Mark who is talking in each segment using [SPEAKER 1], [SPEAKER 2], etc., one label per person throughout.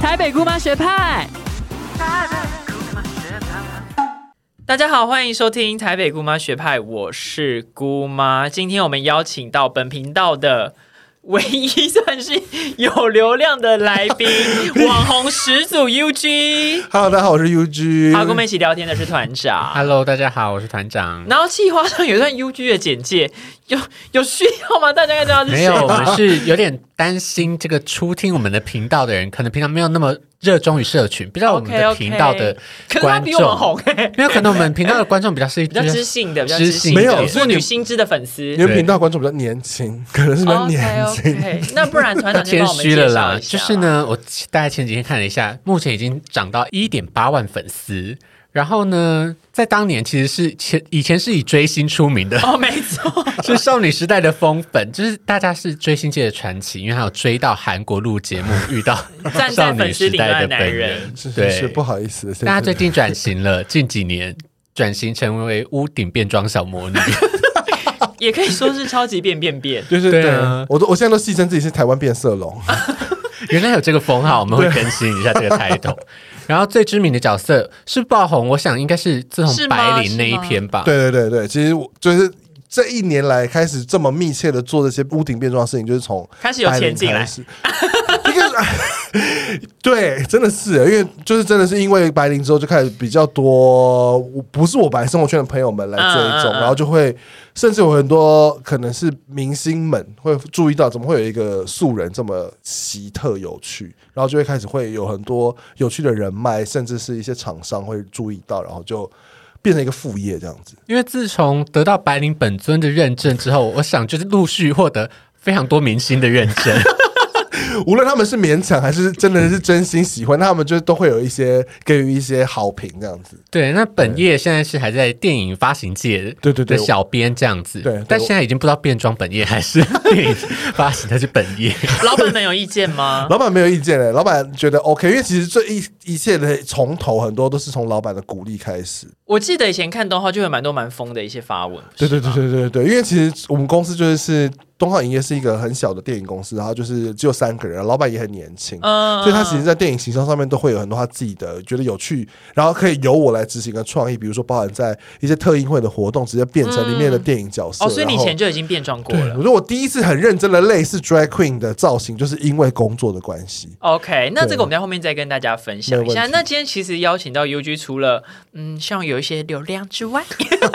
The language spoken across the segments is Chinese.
[SPEAKER 1] 台北姑妈学派。大家好，欢迎收听台北姑妈学派，我是姑妈。今天我们邀请到本频道的唯一算是有流量的来 宾，网红始祖 UG。
[SPEAKER 2] 嗯
[SPEAKER 3] Hello，大家好，我是 UG。
[SPEAKER 1] 好，跟我们一起聊天的是团长。
[SPEAKER 2] Hello，大家好，我是团长。
[SPEAKER 1] 然后企划上有一段 UG 的简介，有有需要吗？大家应该知道是谁
[SPEAKER 2] 没有，我们是有点担心这个初听我们的频道的人，可能平常没有那么热衷于社群，不知道我们
[SPEAKER 1] OK，OK
[SPEAKER 2] 的频道的
[SPEAKER 1] 可是他
[SPEAKER 2] 观
[SPEAKER 1] 比我们
[SPEAKER 2] 众，
[SPEAKER 1] 红哎、
[SPEAKER 2] 没有可能我们频道的观众比较是
[SPEAKER 1] 比较知性的，比较知
[SPEAKER 2] 知
[SPEAKER 1] 性
[SPEAKER 2] 性
[SPEAKER 1] 的，
[SPEAKER 3] 没有所
[SPEAKER 1] 妇
[SPEAKER 3] 以你
[SPEAKER 1] 女心知的粉丝
[SPEAKER 3] 你。们频道观众比较年轻，可能是比较
[SPEAKER 1] OK
[SPEAKER 3] 年轻。
[SPEAKER 1] OK，那不然团长先
[SPEAKER 2] 谦
[SPEAKER 1] 帮我们
[SPEAKER 2] 虚
[SPEAKER 1] 介
[SPEAKER 2] 了
[SPEAKER 1] 绍
[SPEAKER 2] 啦。
[SPEAKER 1] 一下。
[SPEAKER 2] 就是，呢，我大概前几天看了一下，目前已经涨到一点八万粉丝。然后呢，在当年其实是前以前是以追星出名 的，
[SPEAKER 1] 哦，没错，
[SPEAKER 2] 是少女时代的风粉，就是大家是追星界的传奇，因为还有追到韩国录节目，遇到
[SPEAKER 1] 站在
[SPEAKER 2] 少
[SPEAKER 1] 粉
[SPEAKER 2] 女
[SPEAKER 1] 丝
[SPEAKER 2] 时
[SPEAKER 1] 顶端
[SPEAKER 2] 代
[SPEAKER 1] 的
[SPEAKER 2] 的
[SPEAKER 1] 男
[SPEAKER 2] 本
[SPEAKER 1] 人
[SPEAKER 2] 人。
[SPEAKER 3] 是是
[SPEAKER 2] 对
[SPEAKER 3] 是，不好意思，
[SPEAKER 2] 大家最近转型了，近几年转型成为屋顶变装小魔女，
[SPEAKER 1] 也可以说是超级变变变。
[SPEAKER 3] 就是
[SPEAKER 2] 对啊
[SPEAKER 3] 我都我现在都戏称自己是台湾变色龙，
[SPEAKER 2] 原来有这个封号，我们
[SPEAKER 3] 啊
[SPEAKER 2] 会更新一下这个 title。然后最知名的角色是爆红，我想应该是自
[SPEAKER 1] 是
[SPEAKER 2] 从
[SPEAKER 1] 吗
[SPEAKER 2] 白灵那
[SPEAKER 1] 是
[SPEAKER 2] 一
[SPEAKER 1] 吗
[SPEAKER 2] 篇吧。
[SPEAKER 3] 对对对对，其实我就是这一年来开始这么密切的做这些屋顶变装的事情，就是从
[SPEAKER 1] 开始有钱进来
[SPEAKER 3] 白领开始。 一个对，真的是，因为就是真的是因为白灵之后就开始比较多，我不是我本来生活圈的朋友们来追
[SPEAKER 1] 嗯
[SPEAKER 3] 踪，
[SPEAKER 1] 嗯嗯
[SPEAKER 3] 然后就会甚至有很多可能是明星们会注意到，怎么会有一个素人这么奇特有趣，然后就会开始会有很多有趣的人脉，甚至是一些厂商会注意到，然后就变成一个副业这样子。
[SPEAKER 2] 因为自从得到白灵本尊的认证之后，我想就是陆续获得非常多明星的认 证。
[SPEAKER 3] 无论他们是勉强还是真的是真心喜欢，他们就都会有一些给予一些好评这样子。
[SPEAKER 2] 对，那本业现在是还在电影发行界
[SPEAKER 3] 对对对
[SPEAKER 2] 的小编这样子，
[SPEAKER 3] 对对
[SPEAKER 2] 但
[SPEAKER 3] 我
[SPEAKER 2] 现在已经不知道变装本业还是 电影发行才是本业。
[SPEAKER 1] 老板们有意见吗？
[SPEAKER 3] 老板没有意见嘞，欸老板觉得 OK，因为其实这一一切的从头很多都是从老板的鼓励开始。
[SPEAKER 1] 我记得以前看动画就有蛮多蛮疯的一些发文。
[SPEAKER 3] 对对对对对对，因为其实我们公司就是是东浩影业是一个很小的电影公司，然后就是只有三个人，老板也很年轻。
[SPEAKER 1] 嗯，
[SPEAKER 3] 所以他其实，在电影形象上面都会有很多他自己的觉得有趣，然后可以由我来执行的创意，比如说包含在一些特映会的活动，直接变成里面的电影角色。
[SPEAKER 1] 哦，所以你以
[SPEAKER 3] 然后
[SPEAKER 1] 前就已经变装过
[SPEAKER 3] 对，
[SPEAKER 1] 了
[SPEAKER 3] 我。说我第一次很认真的类似 drag queen 的造型，就是因为工作的关系。
[SPEAKER 1] OK，那
[SPEAKER 3] 对
[SPEAKER 1] 这个我们在后面再跟大家分享一
[SPEAKER 3] 没
[SPEAKER 1] 下。
[SPEAKER 3] 问题，
[SPEAKER 1] 那今天其实邀请到 UG，除了嗯，像有一些流量之外，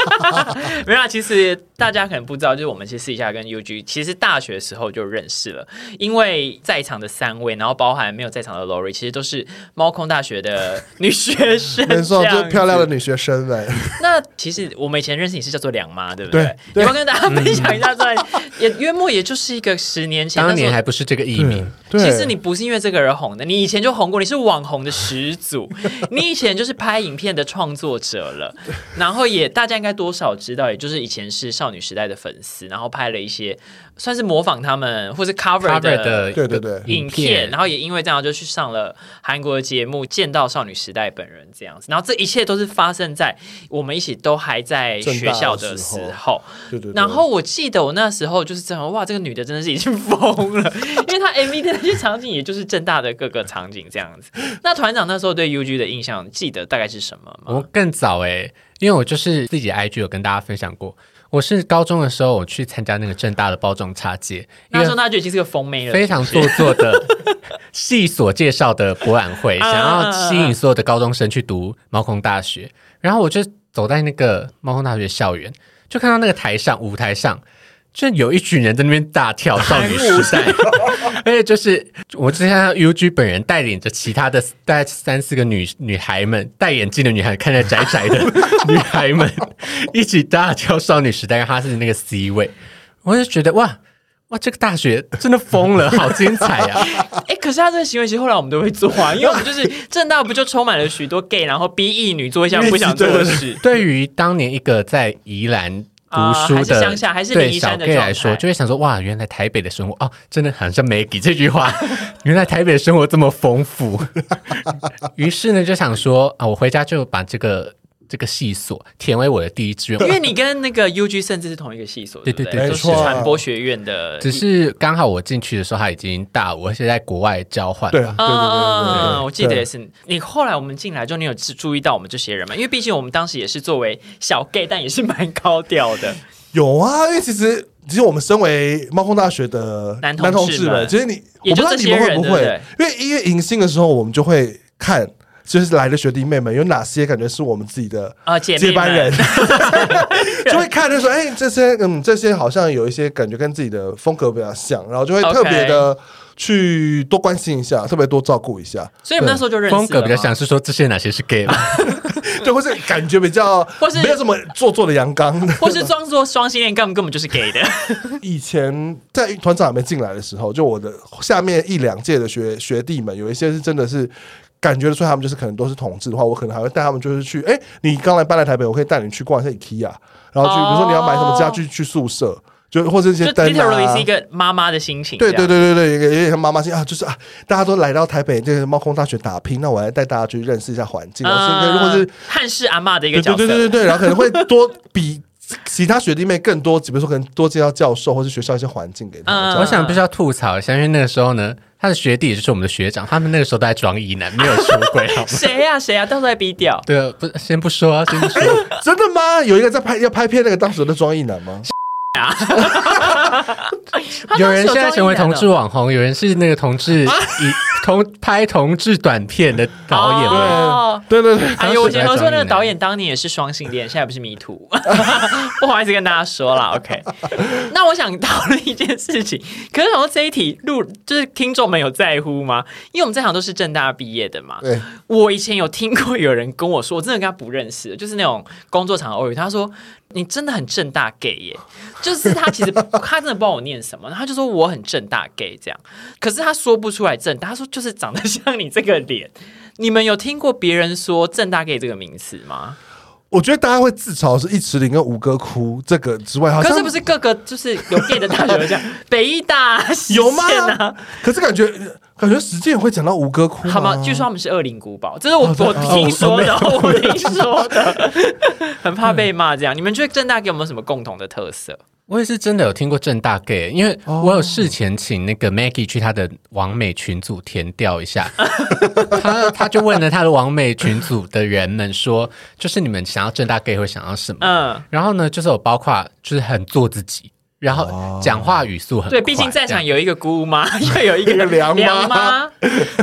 [SPEAKER 1] 没有啊。其实大家可能不知道，就是我们其实私底下跟 UG，其实大学时候就认识了。因为在场的三位，然后包含没有在场的 Lori，其实都是猫空大学的女学生
[SPEAKER 3] 没错，
[SPEAKER 1] 这样
[SPEAKER 3] 就
[SPEAKER 1] 子
[SPEAKER 3] 漂亮的女学生们，
[SPEAKER 1] 那其实我们以前认识你是叫做梁妈，对不对？你
[SPEAKER 3] 对
[SPEAKER 1] 要不要跟大家分享一下，在也约莫也就是一个十年前，
[SPEAKER 2] 当
[SPEAKER 1] 那时
[SPEAKER 2] 年
[SPEAKER 1] 候
[SPEAKER 2] 还不是这个艺名，
[SPEAKER 3] 对，
[SPEAKER 1] 其实你不是因为这个而红的，你以前就红过，你是网红的始祖， 你以前就是拍影片的创作者了，然后也大家应该多少知道，也就是以前是少女时代的粉丝，然后拍了一些算是模仿他们或是 cover 的
[SPEAKER 2] cover 的
[SPEAKER 3] 对对对
[SPEAKER 1] 影片，啊然后也因为这样就去上了韩国的节目，见到少女时代本人这样子，然后这一切都是发生在我们一起都还在学校的时
[SPEAKER 3] 正大的时
[SPEAKER 1] 候。
[SPEAKER 3] 对对对
[SPEAKER 1] 然后我记得我那时候就是这样，哇，这个女的真的是已经疯了，因为她 MV 的那些场景也就是正大的各个场景这样子。那团长那时候对 UG 的印象记得大概是什么吗？
[SPEAKER 2] 我更早哎、因为我就是自己的 IG 有跟大家分享过，我是高中的时候我去参加那个正大的包装茶节，一
[SPEAKER 1] 那时候
[SPEAKER 2] 个
[SPEAKER 1] 她就已经是个疯妹了，
[SPEAKER 2] 非常
[SPEAKER 1] 是不
[SPEAKER 2] 做
[SPEAKER 1] 是
[SPEAKER 2] 作的 系所介绍的博览会，
[SPEAKER 1] 啊
[SPEAKER 2] 想要吸引所有的高中生去读猫空大学，然后我就走在那个猫空大学校园，就看到那个台上舞台上。就有一群人在那边大跳少女时代， 而且就是我之前看到 UG 本人带领着其他的大概三四个女女孩们，戴眼镜的女孩，看起来窄窄的女孩们，一起大跳少女时代，然后她是那个 C 位，我就觉得哇哇，这个大学真的疯了，好精彩啊！
[SPEAKER 1] 哎、可是他这个行为，其实后来我们都会做啊，因为我们就是正大不就充满了许多 gay，然后逼异女做一些不想做的事。
[SPEAKER 2] 对于当年一个在宜兰读
[SPEAKER 1] 啊还
[SPEAKER 2] 书
[SPEAKER 1] 是
[SPEAKER 2] 的、
[SPEAKER 1] 乡下还是
[SPEAKER 2] 对
[SPEAKER 1] 离山
[SPEAKER 2] 小
[SPEAKER 1] 的
[SPEAKER 2] gay
[SPEAKER 1] 状态
[SPEAKER 2] 来说，就会想说哇，原来台北的生活哦，真的很像 Maggie 这句话， 原来台北的生 活这么丰富。于是呢，就想说啊，我回家就把这个。这个系所填为我的第一志愿，
[SPEAKER 1] 因为你跟那个 UG 甚至是同一个系所，
[SPEAKER 2] 对
[SPEAKER 1] 对不
[SPEAKER 2] 对
[SPEAKER 3] 对
[SPEAKER 1] 都
[SPEAKER 3] 没
[SPEAKER 1] 是
[SPEAKER 3] 错啊
[SPEAKER 1] 传播学院的，
[SPEAKER 2] 只是刚好我进去的时候他已经大五，而且在国外交换，
[SPEAKER 3] 对啊，
[SPEAKER 1] 嗯
[SPEAKER 3] 对对对对对
[SPEAKER 1] 啊，
[SPEAKER 3] 对，
[SPEAKER 1] 我记得也
[SPEAKER 3] 对
[SPEAKER 1] 是。你后来我们进来之后，你有注注意到我们这些人吗？因为毕竟我们当时也是作为小 gay，但也是蛮高调的。
[SPEAKER 3] 有啊，因为其实其实我们身为猫空大学的
[SPEAKER 1] 男
[SPEAKER 3] 男
[SPEAKER 1] 同志
[SPEAKER 3] 同志
[SPEAKER 1] 们
[SPEAKER 3] 们，其实你
[SPEAKER 1] 也就
[SPEAKER 3] 我不知道
[SPEAKER 1] 这
[SPEAKER 3] 你
[SPEAKER 1] 些
[SPEAKER 3] 们会
[SPEAKER 1] 人
[SPEAKER 3] 不
[SPEAKER 1] 对
[SPEAKER 3] 会，因为因为迎新的时候，我们就会看。就是来的学弟妹们有哪些感觉是我们自己的
[SPEAKER 1] 啊姐妹
[SPEAKER 3] 接班
[SPEAKER 1] 们
[SPEAKER 3] 人，就会看就说，哎、这些嗯，这些好像有一些感觉跟自己的风格比较像，然后就会
[SPEAKER 1] OK
[SPEAKER 3] 特别的去多关心一下，特别多照顾一下，
[SPEAKER 1] 所以我们那时候就认识
[SPEAKER 2] 风格比较
[SPEAKER 1] 了吗
[SPEAKER 2] 像是说这些哪些是 gay 嘛，
[SPEAKER 3] 对，或是感觉比较
[SPEAKER 1] 或是
[SPEAKER 3] 没有这么做作的阳刚，
[SPEAKER 1] 或是装作双性恋，根本根本就是 gay 的。
[SPEAKER 3] 以前在团长还没进来的时候，就我的下面一两届的学学弟们，有一些是真的是。感觉得出来，他们就是可能都是同志的话，我可能还会带他们就是去，哎、你刚来搬来台北，我可以带你去逛一下 IKEA，然后去，
[SPEAKER 1] 哦
[SPEAKER 3] 比如说你要买什么家具去宿舍，就或者一
[SPEAKER 1] 就
[SPEAKER 3] 些灯
[SPEAKER 1] literally
[SPEAKER 3] 啊
[SPEAKER 1] 是一，个妈妈的心情。
[SPEAKER 3] 对对
[SPEAKER 1] 对。
[SPEAKER 3] 对对对，有有点像妈妈心啊，就是啊，大家都来到台北这个猫空大学打拼，那我来带大家去认识一下环境，然后是
[SPEAKER 1] 嗯
[SPEAKER 3] 如果是
[SPEAKER 1] 汉室阿嬷的一个
[SPEAKER 3] 对
[SPEAKER 1] 角
[SPEAKER 3] 对
[SPEAKER 1] 色，
[SPEAKER 3] 对对对对，然后可能会多比其他学弟妹更多，比如说可能多介绍教授或是学校一些环境给他 们。
[SPEAKER 1] 嗯
[SPEAKER 3] 这
[SPEAKER 2] 我
[SPEAKER 3] 样
[SPEAKER 2] 想必须要吐槽一下，因为那个时候呢，他的学弟也就是我们的学长，他们那个时候都在装疑男，没有出轨，好吗？
[SPEAKER 1] 谁呀谁呀，到时候还逼掉。
[SPEAKER 2] 对啊，不，先不说啊，先不说，
[SPEAKER 3] 真的吗？有一个在拍要拍片那个当时的庄艺男吗？
[SPEAKER 2] 有人现在成为同志
[SPEAKER 1] 哦，
[SPEAKER 2] 网红，有人是那个同志以同拍同志短片的导演们，
[SPEAKER 1] 哦
[SPEAKER 3] 对对对，
[SPEAKER 1] 哎呦，我以前都
[SPEAKER 2] 当时
[SPEAKER 1] 说那个
[SPEAKER 2] 在装异男
[SPEAKER 1] 导演当年也是双性恋，现在不是迷途， 不好意思跟大家说了。OK，那 我想讨论一件事情，可是我想说这一题录就是听众们有在乎吗？因为我们在场都是正大毕业的嘛，
[SPEAKER 3] 对，
[SPEAKER 1] 我以前有听过有人跟我说，我真的跟他不认识，就是那种工作场合偶遇，他说你真的很正大 gay 耶，就是他其实 他真的不知道我念什么，然后他就说我很正大 gay 这样，可是他说不出来正大，他说就是长得像你这个脸。你们有听过别人说正大 gay 这个名词吗？
[SPEAKER 3] 我觉得大家会自嘲是一池林跟吴哥窟这个之外，好像
[SPEAKER 1] 可是不是各个就是有 gay 的大学都这样，北医大、啊、实
[SPEAKER 3] 有吗
[SPEAKER 1] 践啊？
[SPEAKER 3] 可是感觉感觉实践会讲到吴哥窟啊
[SPEAKER 1] 好吗？据说他们是恶灵古堡，这是我
[SPEAKER 3] 哦
[SPEAKER 1] 我听说的，我听说的，很怕被骂这样。你们觉得正大给我们什么共同的特色？
[SPEAKER 2] 我也是真的有听过正大 gay，因为我有事前请那个 Maggie 去他的网美群组填调一下， 他他就问了他的网美群组的人们说，就是你们想要正大 gay 会想要什么？
[SPEAKER 1] 嗯，
[SPEAKER 2] 然后呢，就是有包括就是很做自己，然后讲话语速很
[SPEAKER 1] 对，
[SPEAKER 2] 快
[SPEAKER 1] 毕竟在
[SPEAKER 2] 这样
[SPEAKER 1] 场有一个姑妈， 又有一个
[SPEAKER 3] 一个梁妈
[SPEAKER 1] 妈，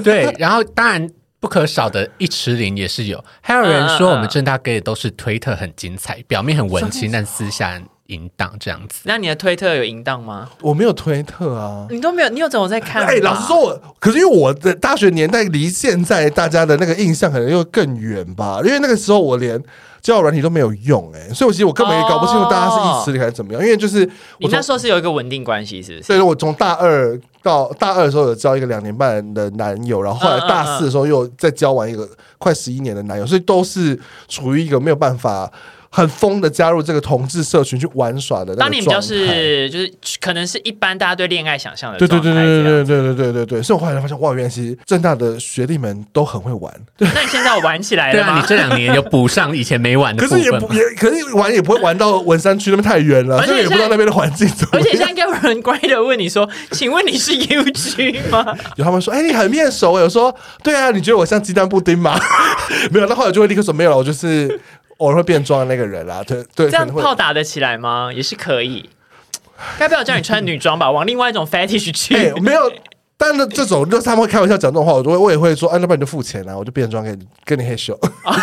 [SPEAKER 2] 对，然后当然不可少的一池林也是有，还有人说我们正大 gay 都是推特很精彩，表面很文青，但私下很淫荡这样子。
[SPEAKER 1] 那你的推特有淫荡吗？
[SPEAKER 3] 我没有推特啊。
[SPEAKER 1] 你都没有，你有怎么在看？
[SPEAKER 3] 哎、老实说，，我可是因为我的大学年代离现在大家的那个印象可能又更远吧，因为那个时候我连交友软体都没有用、哎，所以我其实我根本也搞不清楚大家是一池里还是怎么样，因为就是
[SPEAKER 1] 你
[SPEAKER 3] 我
[SPEAKER 1] 那
[SPEAKER 3] 从，
[SPEAKER 1] 时候是有一个稳定关系，是不是？
[SPEAKER 3] 所以我从大二到大二的时候有交一个两年半的男友，然后后来大四的时候又再交完一个快十一年的男友，所以都是处于一个没有办法很疯的加入这个同志社群去玩耍的那个
[SPEAKER 1] 当
[SPEAKER 3] 状态。
[SPEAKER 1] 你比较是就是可能是一般大家对恋爱想象的
[SPEAKER 3] 对对
[SPEAKER 1] 状态这
[SPEAKER 3] 对对
[SPEAKER 1] 样。
[SPEAKER 3] 对对对对对对，所以我后来才发现，哇，原来其实正大的学弟们都很会玩，
[SPEAKER 1] 那你现在有玩起来
[SPEAKER 2] 对
[SPEAKER 1] 了
[SPEAKER 2] 啊，
[SPEAKER 1] 哎吗
[SPEAKER 2] 你？这两年有补上以前没 玩的
[SPEAKER 3] 可
[SPEAKER 2] 部
[SPEAKER 3] 是也
[SPEAKER 2] 分吗
[SPEAKER 3] 不？也，可是玩也不会玩到文山区那边太远了，
[SPEAKER 1] 而且
[SPEAKER 3] 所以也不知道那边的环境怎么
[SPEAKER 1] 而且现在
[SPEAKER 3] 样。
[SPEAKER 1] 应该有人乖的问你说：“请问你是 UG 吗？”
[SPEAKER 3] 有他们说，哎、你很面熟、欸，我说，对啊，你觉得我像鸡蛋布丁吗？ 没有，那后来就会立刻说没有了，我就是偶尔会变装的那个人啦，对对，
[SPEAKER 1] 这样
[SPEAKER 3] 可能会
[SPEAKER 1] 炮打得起来吗？也是可以。该不要叫你穿女装吧？往另外一种 fetish 去。
[SPEAKER 3] 哎、没有。但是这种，就是他们会开玩笑讲这种话，我都会我也会说，啊，那不然你就付钱啊，我就变装给你跟你黑咻。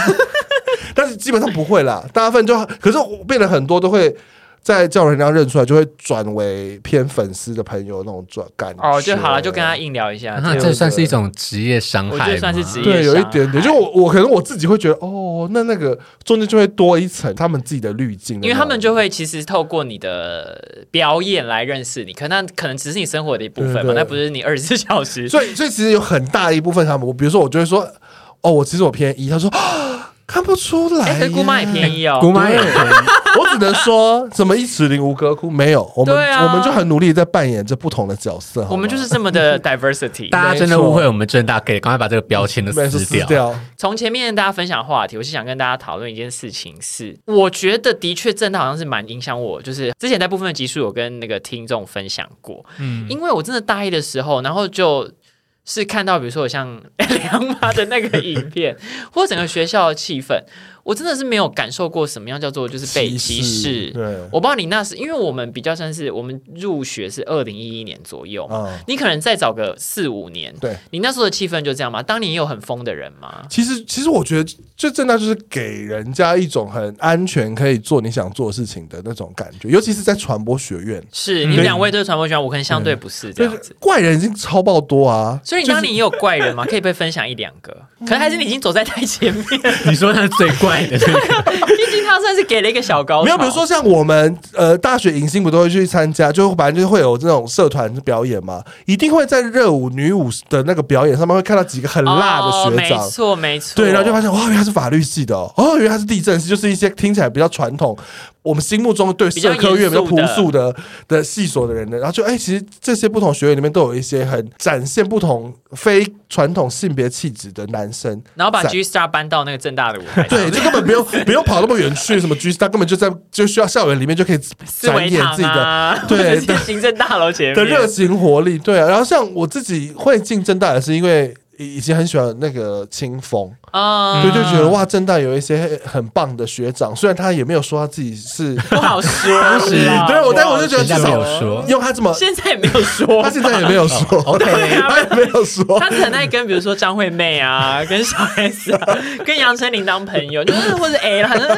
[SPEAKER 3] 但是基本上不会啦，大部分就可是我变得很多都会在叫人家认出来，就会转为偏粉丝的朋友那种转感觉。
[SPEAKER 1] 哦，就好了，就跟他硬聊一下。
[SPEAKER 2] 啊，
[SPEAKER 1] 就
[SPEAKER 2] 这算是一种职业伤害吗
[SPEAKER 1] 我觉得算是职业
[SPEAKER 3] 对，有一点
[SPEAKER 1] 伤害
[SPEAKER 3] 点，就我我可能我自己会觉得，哦，那那个中间就会多一层他们自己的滤镜的那种，
[SPEAKER 1] 因为他们就会其实透过你的表演来认识你，可那可能只是你生活的一部分嘛，
[SPEAKER 3] 对对对
[SPEAKER 1] 那不是你二十四小时。
[SPEAKER 3] 所以所以其实有很大一部分他们，我比如说我就会说，哦，我其实我偏一，他说。啊看不出来
[SPEAKER 1] 哎，
[SPEAKER 3] 耶。
[SPEAKER 1] 可是姑妈也便宜哦。
[SPEAKER 2] 姑妈也
[SPEAKER 3] 对， 我只能说，怎么一尺零无隔窟？没有，我们、
[SPEAKER 1] 对啊
[SPEAKER 3] 我们就很努力地在扮演着不同的角色。好吗
[SPEAKER 1] 我们就是这么的 diversity。
[SPEAKER 2] 大家真的误会我们正大，可以赶快把这个标签都
[SPEAKER 3] 没事
[SPEAKER 2] 撕
[SPEAKER 3] 撕
[SPEAKER 2] 掉。
[SPEAKER 3] 掉，
[SPEAKER 1] 从前面大家分享话题，我是想跟大家讨论一件事情是，我觉得的确正大好像是蛮影响我，就是之前在部分的集数有跟那个听众分享过，
[SPEAKER 2] 嗯，
[SPEAKER 1] 因为我真的大一的时候，然后就是看到比如说我像 梁妈的那个影片，或整个学校的气氛，我真的是没有感受过什么样叫做就是被歧视。
[SPEAKER 3] 对，
[SPEAKER 1] 我不知道你那是因为我们比较像是我们入学是二零一一年左右嘛，
[SPEAKER 3] 嗯，
[SPEAKER 1] 你可能再找个四五年，
[SPEAKER 3] 对。
[SPEAKER 1] 你那时候的气氛就这样吗？当年也有很疯的人吗？
[SPEAKER 3] 其实，其实我觉得，就正大就是给人家一种很安全，可以做你想做的事情的那种感觉，尤其是在传播学院，
[SPEAKER 1] 是你们两位都是传播学院，我可能相对不是这
[SPEAKER 3] 就
[SPEAKER 1] 样
[SPEAKER 3] 是
[SPEAKER 1] 子。
[SPEAKER 3] 怪人已经超爆多啊！
[SPEAKER 1] 所以你当年也有怪人吗？可以被分享一两个，可能还是你已经走在太前面，
[SPEAKER 2] 你说他是最怪的，
[SPEAKER 1] 毕竟他算是给了一个小高潮。
[SPEAKER 3] 没有，比如说像我们呃大学迎新不都会去参加，就反正就是会有这种社团表演嘛，一定会在热舞、女舞的那个表演上面会看到几个很辣
[SPEAKER 1] 哦
[SPEAKER 3] 的学长。
[SPEAKER 1] 没错没错。
[SPEAKER 3] 对，然后就发现哇，原来他是法律系的哦，哦，原来他是地震系，就是一些听起来比较传统，我们心目中对社科院
[SPEAKER 1] 比
[SPEAKER 3] 比
[SPEAKER 1] 较
[SPEAKER 3] 较朴
[SPEAKER 1] 严
[SPEAKER 3] 素
[SPEAKER 1] 肃
[SPEAKER 3] 的的系所的人呢，然后就哎，其实这些不同学院里面都有一些很展现不同非传统性别气质的男生，
[SPEAKER 1] 然后把
[SPEAKER 3] 在
[SPEAKER 1] G Star 搬到那个正大的舞台上，
[SPEAKER 3] 对，就根本不用不用跑那么远去什么居士，他根本就在就需要校园里面就可以
[SPEAKER 1] 思
[SPEAKER 3] 展
[SPEAKER 1] 维
[SPEAKER 3] 演
[SPEAKER 1] 堂
[SPEAKER 3] 自己的
[SPEAKER 1] 啊，
[SPEAKER 3] 对
[SPEAKER 1] 或者 是行政大楼前面
[SPEAKER 3] 的热情活力，对啊。然后像我自己会进正大，也是因为以以前很喜欢那个清风，
[SPEAKER 1] 啊，
[SPEAKER 3] 对，就觉得哇，正大有一些很棒的学长，虽然他也没有说他自 己是，
[SPEAKER 1] 不好说 啦。当
[SPEAKER 2] 时
[SPEAKER 3] 对我但我 就觉得
[SPEAKER 2] 人家
[SPEAKER 3] 至
[SPEAKER 2] 没
[SPEAKER 3] 少
[SPEAKER 2] 有说。
[SPEAKER 3] 用他这么，
[SPEAKER 1] 现在也没有说，
[SPEAKER 3] 他现在也 没有说
[SPEAKER 2] OK
[SPEAKER 3] 他也没有说
[SPEAKER 1] 哦他。很爱跟比如说张惠妹啊，跟小 S 啊，跟杨丞琳当朋友，就是或者 A 啦，反正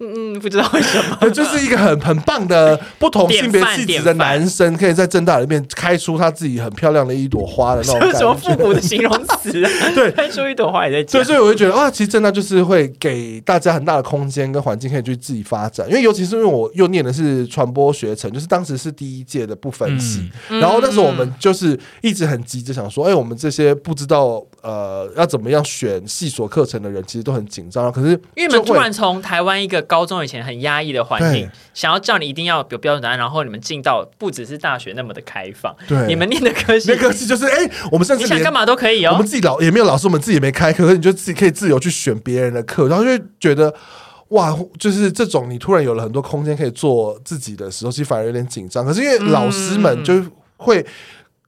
[SPEAKER 1] 嗯嗯，不知道为什 么。
[SPEAKER 3] 就是一个很很棒的不同性别气质的男生，可以在正大里面开出他自己很漂亮的一朵花的那种
[SPEAKER 1] 有
[SPEAKER 3] 感
[SPEAKER 1] 什么
[SPEAKER 3] 觉。
[SPEAKER 1] 复古的形容词、啊？
[SPEAKER 3] 对
[SPEAKER 1] 开出一朵花也在讲
[SPEAKER 3] 所以，。所以我就觉得，哇，啊其实正大就是会给大家很大的空间跟环境，可以去自己发展。因为尤其是因为我又念的是传播学程，就是当时是第一届的不分系，
[SPEAKER 1] 嗯
[SPEAKER 3] 然后那时候我们就是一直很急着想说，哎、我们这些不知道呃要怎么样选系所课程的人，其实都很紧张。可是
[SPEAKER 1] 因为你们
[SPEAKER 3] 就
[SPEAKER 1] 突
[SPEAKER 3] 会
[SPEAKER 1] 然从台湾一个高中以前很压抑的环境
[SPEAKER 3] 对，
[SPEAKER 1] 想要叫你一定要有标准答案，然后你们进到不只是大学那么的开放，
[SPEAKER 3] 对
[SPEAKER 1] 你们念的科系
[SPEAKER 3] 那，个系就是，哎、我们甚
[SPEAKER 1] 你
[SPEAKER 3] 至
[SPEAKER 1] 想
[SPEAKER 3] 连
[SPEAKER 1] 干嘛都可以
[SPEAKER 3] 我
[SPEAKER 1] 哦
[SPEAKER 3] 们。自己老也没有老师，我们自己也没开课，可是你就自己可以自由去选别人的课，然后就会觉得哇，就是这种你突然有了很多空间可以做自己的时候，其实反而有点紧张。可是因为老师们就会。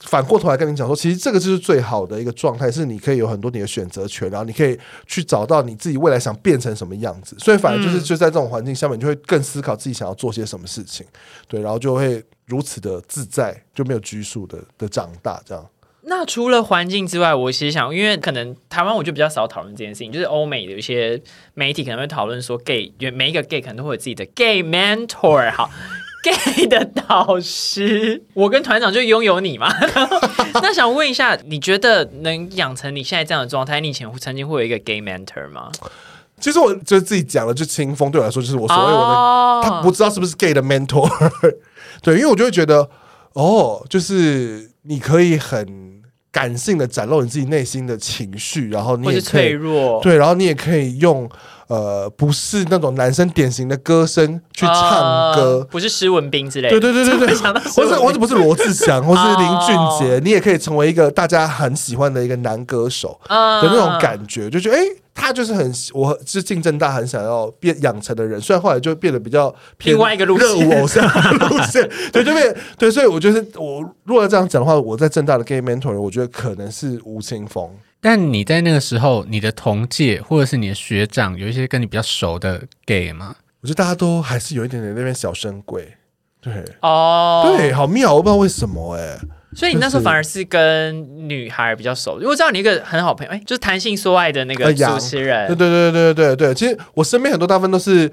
[SPEAKER 3] 反过头来跟你讲说，其实这个就是最好的一个状态，是你可以有很多你的选择权，然后你可以去找到你自己未来想变成什么样子。所以反而就是就在这种环境下面，你就会更思考自己想要做些什么事情，对，然后就会如此的自在，就没有拘束的的长大这样。
[SPEAKER 1] 那除了环境之外，我其实想，因为可能台湾我就比较少讨论这件事情，就是欧美的一些媒体可能会讨论说 gay，因为每一个 gay 可能都会有自己的 gay mentor 好。gay 的导师，我跟团长就拥有你嘛。 那想问一下，你觉得能养成你现在这样的状态，你以前曾经会有一个 gay mentor 吗？
[SPEAKER 3] 其实我就自己讲了，就清风对我来说就是我所谓我的，
[SPEAKER 1] 哦
[SPEAKER 3] 他不知道是不是 gay 的 mentor，对，因为我就会觉得，哦，就是你可以很感性的展露你自己内心的情绪，然后你
[SPEAKER 1] 或
[SPEAKER 3] 也
[SPEAKER 1] 是
[SPEAKER 3] 可
[SPEAKER 1] 脆
[SPEAKER 3] 以
[SPEAKER 1] 弱，
[SPEAKER 3] 对，然后你也可以用呃不是那种男生典型的歌声去唱
[SPEAKER 1] 呃
[SPEAKER 3] 歌。
[SPEAKER 1] 不是施文斌之类
[SPEAKER 3] 对
[SPEAKER 1] 的。
[SPEAKER 3] 对对对 对，
[SPEAKER 1] 想到
[SPEAKER 3] 或是或是不是罗志祥，或是
[SPEAKER 1] 哦
[SPEAKER 3] 林俊杰，你也可以成为一个大家很喜欢的一个男歌手。
[SPEAKER 1] 呃
[SPEAKER 3] 的那种感觉，就觉得哎、诶他就是很我是竞争大很想要变养成的人，虽然后来就变得比较偏
[SPEAKER 1] 另外一个路线
[SPEAKER 3] 热舞偶像的路 线，对，就变对，所以我觉得我如果要这样讲的话，我在正大的 gay mentor，我觉得可能是吴青峰，
[SPEAKER 2] 但你在那个时候，你的同届或者是你的学长，有一些跟你比较熟的 gay 吗？
[SPEAKER 3] 我觉得大家都还是有一点点那边小深贵，对。
[SPEAKER 1] 哦，
[SPEAKER 3] 对，好妙，我不知道为什么哎、诶
[SPEAKER 1] 所以你那时候反而是跟女孩比较熟，因为我知道你一个很好朋友，哎、就是谈性说爱的那
[SPEAKER 3] 哎
[SPEAKER 1] 个
[SPEAKER 3] 呀
[SPEAKER 1] 主持人，
[SPEAKER 3] 对对对对对对，其实我身边很多大部分都是，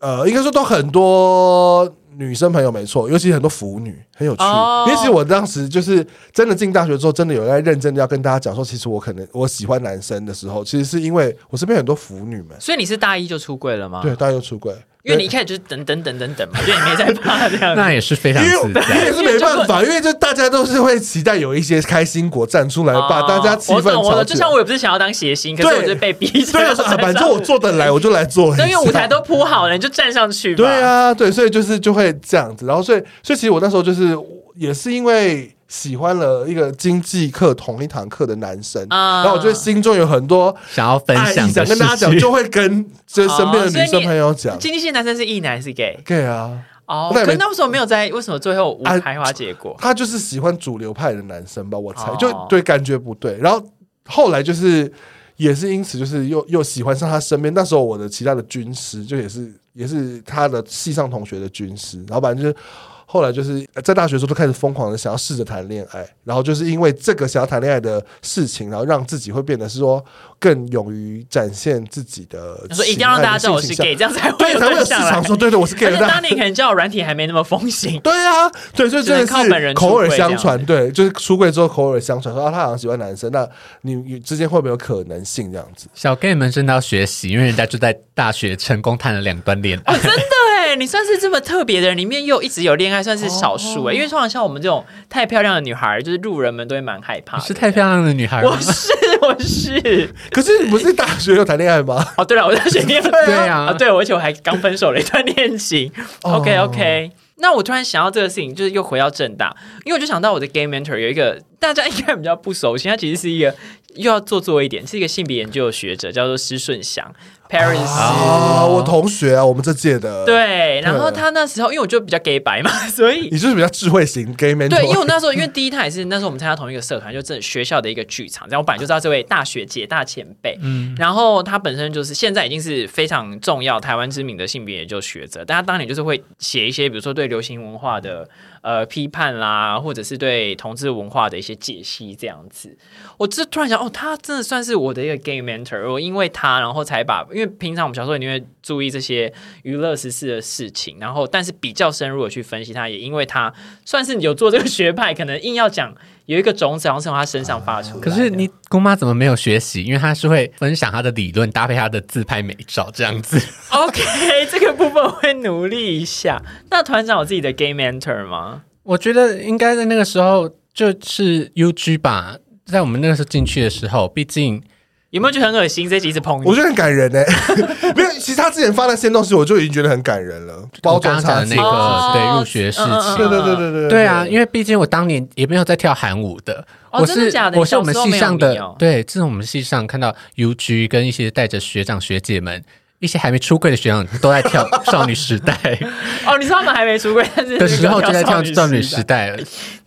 [SPEAKER 3] 呃，应该说都很多女生朋友没错，尤其很多腐女，很有趣。
[SPEAKER 1] 哦
[SPEAKER 3] 因为其实我当时就是真的进大学之后，真的有在认真的要跟大家讲说，其实我可能我喜欢男生的时候，其实是因为我身边很多腐女们，
[SPEAKER 1] 所以你是大一就出柜了吗？
[SPEAKER 3] 对，大家又出轨。
[SPEAKER 1] 啊因为你一开始就是等等等等等嘛， 就你没在怕这 样子。
[SPEAKER 2] 那也是非常
[SPEAKER 3] 因为
[SPEAKER 2] 自在
[SPEAKER 3] 也。是没办法，因为这大家都是会期待有一些开心果站出来，呃把大家气
[SPEAKER 1] 哦我
[SPEAKER 3] 氛
[SPEAKER 1] 懂，我
[SPEAKER 3] 炒
[SPEAKER 1] 懂。就
[SPEAKER 3] 起
[SPEAKER 1] 像
[SPEAKER 3] 来。
[SPEAKER 1] 我也不是想要当谐星，可是
[SPEAKER 3] 对
[SPEAKER 1] 我就是被逼着。
[SPEAKER 3] 对啊，说啊反正我做得来，我就来做一下。
[SPEAKER 1] 对，因为舞台都铺好了，你就站上去吧。
[SPEAKER 3] 啊对，啊，对，所以就是就会这样子，然后所以所以其实我那时候就是也是因为喜欢了一个经济课同一堂课的男生，
[SPEAKER 1] 啊
[SPEAKER 3] 然后我觉得心中有很多
[SPEAKER 2] 想要分
[SPEAKER 3] 爱意
[SPEAKER 2] 享
[SPEAKER 3] 想
[SPEAKER 2] 的
[SPEAKER 3] 跟大家
[SPEAKER 2] 事
[SPEAKER 3] 讲，
[SPEAKER 2] 情，
[SPEAKER 3] 就会跟就是身
[SPEAKER 1] 哦
[SPEAKER 3] 边的女生朋友讲。
[SPEAKER 1] 经济系男生是异男还是 gay？
[SPEAKER 3] 对啊，
[SPEAKER 1] 哦，
[SPEAKER 3] 那也
[SPEAKER 1] 可
[SPEAKER 3] 没
[SPEAKER 1] 是那为什么没有在？为什么最后无开花结 果？
[SPEAKER 3] 他就是喜欢主流派的男生吧，我猜、
[SPEAKER 1] 哦
[SPEAKER 3] 就对感觉不对。然后后来就是也是因此，就是又又喜欢上他身边。那时候我的其他的军师就也是也是他的系上同学的军师，然后反正就是。后来就是呃在大学的时候都开始疯狂的想要试着谈恋爱，然后就是因为这个想要谈恋爱的事情，然后让自己会变得是说更勇于展现自己的情爱的性倾向。
[SPEAKER 1] 他说一定要让大家知道我是 gay，这样才会
[SPEAKER 3] 对，
[SPEAKER 1] 有
[SPEAKER 3] 才会有
[SPEAKER 1] 对
[SPEAKER 3] 市
[SPEAKER 1] 象来
[SPEAKER 3] 场。说，对对，啊我是 gay
[SPEAKER 1] 而
[SPEAKER 3] 的。
[SPEAKER 1] 且
[SPEAKER 3] 大家
[SPEAKER 1] 当年可能交友软体还没那么风行，
[SPEAKER 3] 对啊，对，所以
[SPEAKER 1] 只
[SPEAKER 3] 真
[SPEAKER 1] 能
[SPEAKER 3] 的
[SPEAKER 1] 靠本人
[SPEAKER 3] 是
[SPEAKER 1] 出柜
[SPEAKER 3] 口耳相
[SPEAKER 1] 这样
[SPEAKER 3] 传，对，就是出柜之后口耳相传，说啊，他好像喜欢男生，那你你之间会不会有可能性这样子？
[SPEAKER 2] 小 gay 们真的要学习，因为人家就在大学成功谈了两段恋爱。
[SPEAKER 1] 真的哎，你算是这么特别的人，里面又一直有恋爱，算是少数
[SPEAKER 2] 哦
[SPEAKER 1] 哎。因为通常像我们这种太漂亮的女孩，就是路人们都会蛮害怕
[SPEAKER 2] 你
[SPEAKER 1] 的。
[SPEAKER 2] 是太漂亮的女孩吗
[SPEAKER 1] 我？是我是
[SPEAKER 3] 可是你不是大学有谈恋爱吗？
[SPEAKER 1] 哦，对了，我在学恋爱
[SPEAKER 2] 对啊
[SPEAKER 1] 啊，对，我而且我还刚分手了一段恋情。
[SPEAKER 3] 哦
[SPEAKER 1] OK OK，那我突然想到这个事情，就是又回到正大，因为我就想到我的 gay mentor 有一个大家应该比较不熟悉，他其实是一个又要做作一点，是一个性别研究的学者，叫做施顺祥 Paris
[SPEAKER 2] 哦
[SPEAKER 3] 啊，我同学啊，我们这届的，，
[SPEAKER 1] 哦对，然后他那时候因为我就比较 gay 白嘛，所以
[SPEAKER 3] 你就是比较智慧型 gay man，
[SPEAKER 1] 对，因为我那时候，因为第一趟也是那时候我们参加同一个社团，就这学校的一个剧场，这样我本来就知道这位大学姐、大前辈，嗯，然后她本身就是现在已经是非常重要台湾知名的性别研究学者，但她当年就是会写一些，比如说对流行文化的呃批判啦，或者是对同志文化的一些解析这样子。我这突然想，哦，她真的算是我的一个 gay mentor，我因为她，然后才把，因为平常我们小时候你会注意这些娱乐时事的事情，然后但是比较深入的去分析它，也因为她。算是有做这个学派，可能硬要讲有一个种子，好像是从他身上发出来的。
[SPEAKER 2] 可是你姑妈怎么没有学习？因为她是会分享她的理论，搭配她的自拍美照这样子。
[SPEAKER 1] OK 这个部分我会努力一下。那团长有自己的 gay mentor 吗？
[SPEAKER 2] 我觉得应该在那个时候就是 UG 吧，在我们那个时候进去的时候，毕竟
[SPEAKER 1] 有没有觉得很恶心？这集一直捧你
[SPEAKER 3] 我觉得很感人呢、欸没有，其实他之前发那些东西，我就已经觉得很感人了。包
[SPEAKER 2] 我刚
[SPEAKER 3] 装
[SPEAKER 2] 刚
[SPEAKER 3] 差
[SPEAKER 2] 讲的那个、
[SPEAKER 1] 哦
[SPEAKER 2] 对入学事情。
[SPEAKER 1] 嗯
[SPEAKER 3] 对对对对对，
[SPEAKER 2] 对啊，因为毕竟我当年也没有在跳韩舞的，
[SPEAKER 1] 哦
[SPEAKER 2] 我
[SPEAKER 1] 真
[SPEAKER 2] 是
[SPEAKER 1] 的假的
[SPEAKER 2] 我是我们系上
[SPEAKER 1] 你小
[SPEAKER 2] 的，
[SPEAKER 1] 时候没有迷哦
[SPEAKER 2] 对，自从我们系上看到 UG 跟一些带着学长学姐们，一些还没出柜的学长都在跳 少女时代
[SPEAKER 1] 哦，你说他们还没出柜，但是
[SPEAKER 2] 的时候就在跳少女
[SPEAKER 1] 时
[SPEAKER 2] 时
[SPEAKER 1] 代。
[SPEAKER 2] 代了，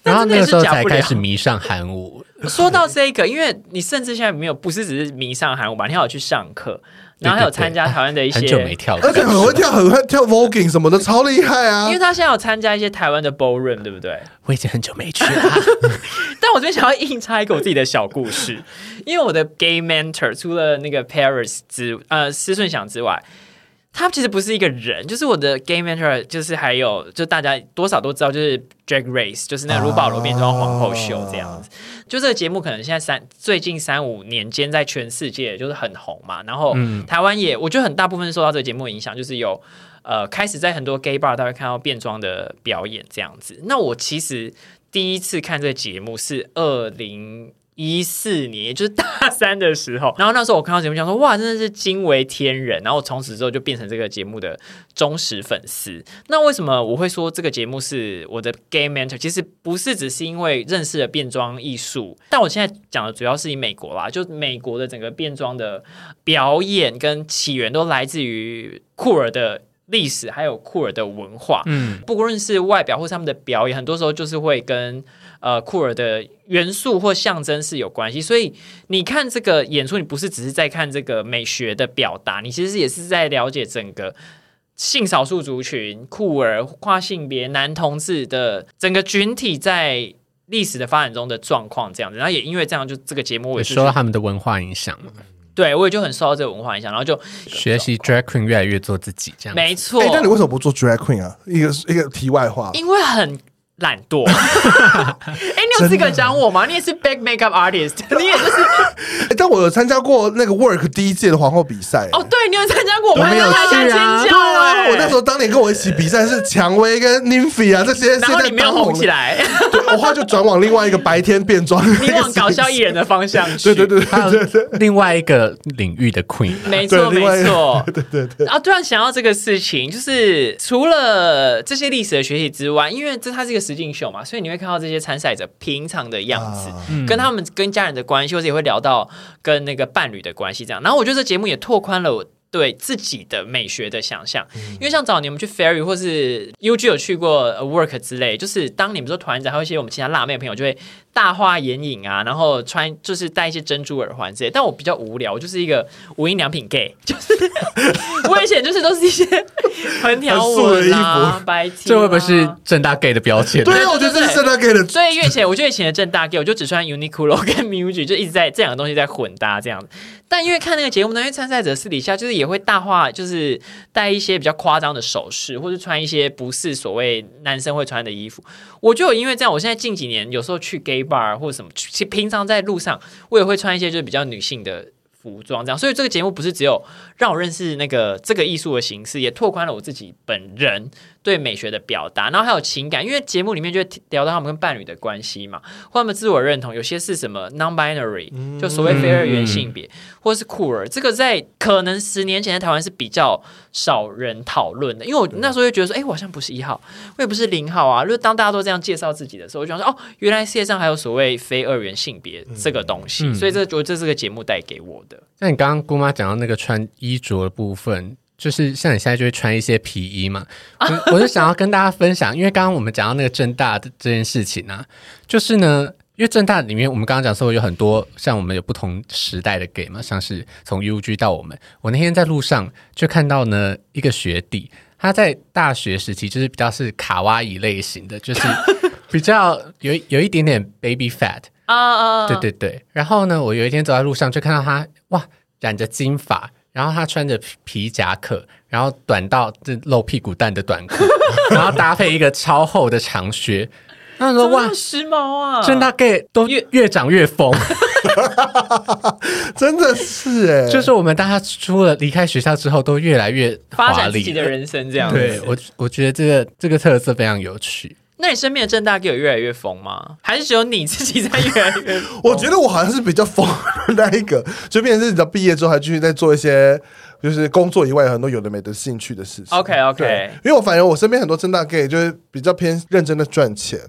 [SPEAKER 1] 那
[SPEAKER 2] 然后
[SPEAKER 1] 真的
[SPEAKER 2] 那个时候
[SPEAKER 1] 是假
[SPEAKER 2] 才
[SPEAKER 1] 不了
[SPEAKER 2] 开始迷上韩舞。
[SPEAKER 1] 说到这个，因为你甚至现在没有，不是只是迷上韩舞吧？你还有去上课，然后还有参加台湾的一些，
[SPEAKER 2] 很久没跳了，
[SPEAKER 3] 而且很会跳，很会跳 voguing 什么的，超厉害啊
[SPEAKER 1] 因为！他现在有参加一些台湾的 ballroom，对不对？
[SPEAKER 2] 我已经很久没去了。
[SPEAKER 1] 但我这边想要硬插一个我自己的小故事，因为我的 gay mentor 除了那个 Paris 之呃思顺想之外，他其实不是一个人，就是我的 gay mentor，就是还有就大家多少都知道，就是 Drag Race，就是那个卢保罗变装皇后秀这样子。就这个节目可能现在三最近三五年间在全世界就是很红嘛，然后台湾也我觉得很大部分是受到这个节目的影响，就是有。呃，开始在很多 gay bar 大家会看到变装的表演这样子。那我其实第一次看这个节目是二零一四年，也就是大三的时候。然后那时候我看到节目，想说哇，真的是惊为天人。然后我从此之后就变成这个节目的忠实粉丝。那为什么我会说这个节目是我的 gay mentor？其实不是只是因为认识了变装艺术，但我现在讲的主要是以美国啦，就美国的整个变装的表演跟起源都来自于酷儿的。历史还有酷儿的文化，
[SPEAKER 2] 嗯，
[SPEAKER 1] 不论是外表或是他们的表演，很多时候就是会跟呃酷儿的元素或象征是有关系。所以你看这个演出，你不是只是在看这个美学的表达，你其实也是在了解整个。性少数族群、酷儿、跨性别、男同志的整个群体在历史的发展中的状况，这样子，然后也因为这样，就这个节目 我
[SPEAKER 2] 也
[SPEAKER 1] 也是
[SPEAKER 2] 受到他们的文化影响，
[SPEAKER 1] 对我也就很受到这个文化影响，然后就
[SPEAKER 2] 学习 drag queen 越来越做自己这样。
[SPEAKER 1] 没错，
[SPEAKER 3] 哎，那你为什么不做 drag queen 啊？一个一个题外话，
[SPEAKER 1] 因为很懒 惰。哎、你有资格讲我吗？你也是 big makeup artist，你也就是
[SPEAKER 3] 哎但我有参加过那个 work 第一届的皇后比赛。
[SPEAKER 1] 哦，对你有参加我
[SPEAKER 2] 我没有
[SPEAKER 1] 大
[SPEAKER 2] 去啊
[SPEAKER 1] 家尖叫
[SPEAKER 3] 啊
[SPEAKER 1] 哎，
[SPEAKER 3] 我那时候当年跟我一起比赛是蔷薇跟 Nymphy 啊这些，
[SPEAKER 1] 然
[SPEAKER 3] 现
[SPEAKER 1] 后
[SPEAKER 3] 在
[SPEAKER 1] 你没有
[SPEAKER 3] 当
[SPEAKER 1] 红
[SPEAKER 3] 的
[SPEAKER 1] 起， 来，
[SPEAKER 3] 对我后来就转往另外一个白天变装，
[SPEAKER 1] 你往搞笑艺人的方向去。
[SPEAKER 3] 对对对
[SPEAKER 2] 还
[SPEAKER 3] 对
[SPEAKER 2] 有
[SPEAKER 3] 对对
[SPEAKER 2] 另外一个领域的 queen，
[SPEAKER 1] 没错，
[SPEAKER 3] 对
[SPEAKER 1] 没
[SPEAKER 3] 另外一个
[SPEAKER 1] 错，
[SPEAKER 3] 对对对，
[SPEAKER 1] 啊，突然想到这个事情，就是除了这些历史的学习之外，因为这它是一个实境秀嘛，所以你会看到这些参赛者平常的样子，
[SPEAKER 3] 啊
[SPEAKER 2] 嗯
[SPEAKER 1] 跟他们跟家人的关系，或者也会聊到跟那个伴侣的关系这样。然后我觉得这节目也拓宽了我。对自己的美学的想象，因为像早年我们去 Ferry 或是 UG 有去过呃 Work 之类，就是当你们说团长，还有一些我们其他辣妹的朋友就会大画眼影啊，然后穿就是戴一些珍珠耳环之类。但我比较无聊，我就是一个无印良品 gay，就是 我以前就是都是一些 横条纹
[SPEAKER 3] 很素的
[SPEAKER 1] 啊
[SPEAKER 3] 衣、
[SPEAKER 1] 白 T，
[SPEAKER 2] 这会不会是
[SPEAKER 1] 啊
[SPEAKER 2] 正大 gay 的标签？
[SPEAKER 3] 对啊，我觉得这是真的给的
[SPEAKER 1] 所以以前我觉得以前的正大 gay，我就只穿 Uniqlo 跟 MUJI，就一直在这两个东西在混搭这样子。但因为看那个节目呢，因为参赛者私底下就是也会大化，就是戴一些比较夸张的首饰，或是穿一些不是所谓男生会穿的衣服。我就有因为这样，我现在近几年有时候去 gay bar 或者什么，去其实平常在路上我也会穿一些就是比较女性的。服装这样，所以这个节目不是只有让我认识那个这个艺术的形式，也拓宽了我自己本人对美学的表达，然后还有情感，因为节目里面就会聊到他们跟伴侣的关系嘛，或他们自我认同，有些是什么 non-binary，、就所谓非二元性别，或是酷儿，这个在可能十年前的台湾是比较少人讨论的，因为我那时候就觉得说，哎、我好像不是一号，我也不是零号啊。就是当大家都这样介绍自己的时候，我就想说，哦，原来世界上还有所谓非二元性别这个东西，
[SPEAKER 2] 嗯
[SPEAKER 1] 所以这就这是这个节目带给我的。
[SPEAKER 2] 那你刚刚姑妈讲到那个穿衣着的部分，就是像你现在就会穿一些皮衣嘛，我我就想要跟大家分享，因为刚刚我们讲到那个正大的这件事情啊，就是呢。因为正大里面，我们刚刚讲说有很多像我们有不同时代的 gay 嘛，像是从 UG 到我们，我那天在路上就看到呢一个学弟，他在大学时期就是比较是卡哇伊类型的，就是比较有有一点点 baby fat，
[SPEAKER 1] 啊啊啊！
[SPEAKER 2] 对对对。然后呢，我有一天走在路上就看到他，哇，染着金发，然后他穿着皮皮夹克，然后短到这露屁股蛋的短 裤，然后搭配一个超厚的长靴。那时
[SPEAKER 1] 怎
[SPEAKER 2] 候
[SPEAKER 1] 么那
[SPEAKER 2] 哇
[SPEAKER 1] 么，时髦啊！
[SPEAKER 2] 正大 gay 都越越长越疯，
[SPEAKER 3] 真的是哎，
[SPEAKER 2] 就是我们大家出了离开学校之后都越来越
[SPEAKER 1] 发
[SPEAKER 2] 华
[SPEAKER 1] 展自
[SPEAKER 2] 丽
[SPEAKER 1] 己的。人生这样子。
[SPEAKER 2] 对我，我觉得这个这个特色非常有趣。
[SPEAKER 1] 那你身边的正大 gay 有越来越疯吗？还是只有你自己在越来越疯？
[SPEAKER 3] 我觉得我好像是比较 疯的那一个，就变成是你知道毕业之后还继续在做一些就是工作以外有很多有的没的兴趣的事情。
[SPEAKER 1] OK，OK
[SPEAKER 3] 对因为我反正我身边很多正大 gay 就是比较偏认真的赚钱。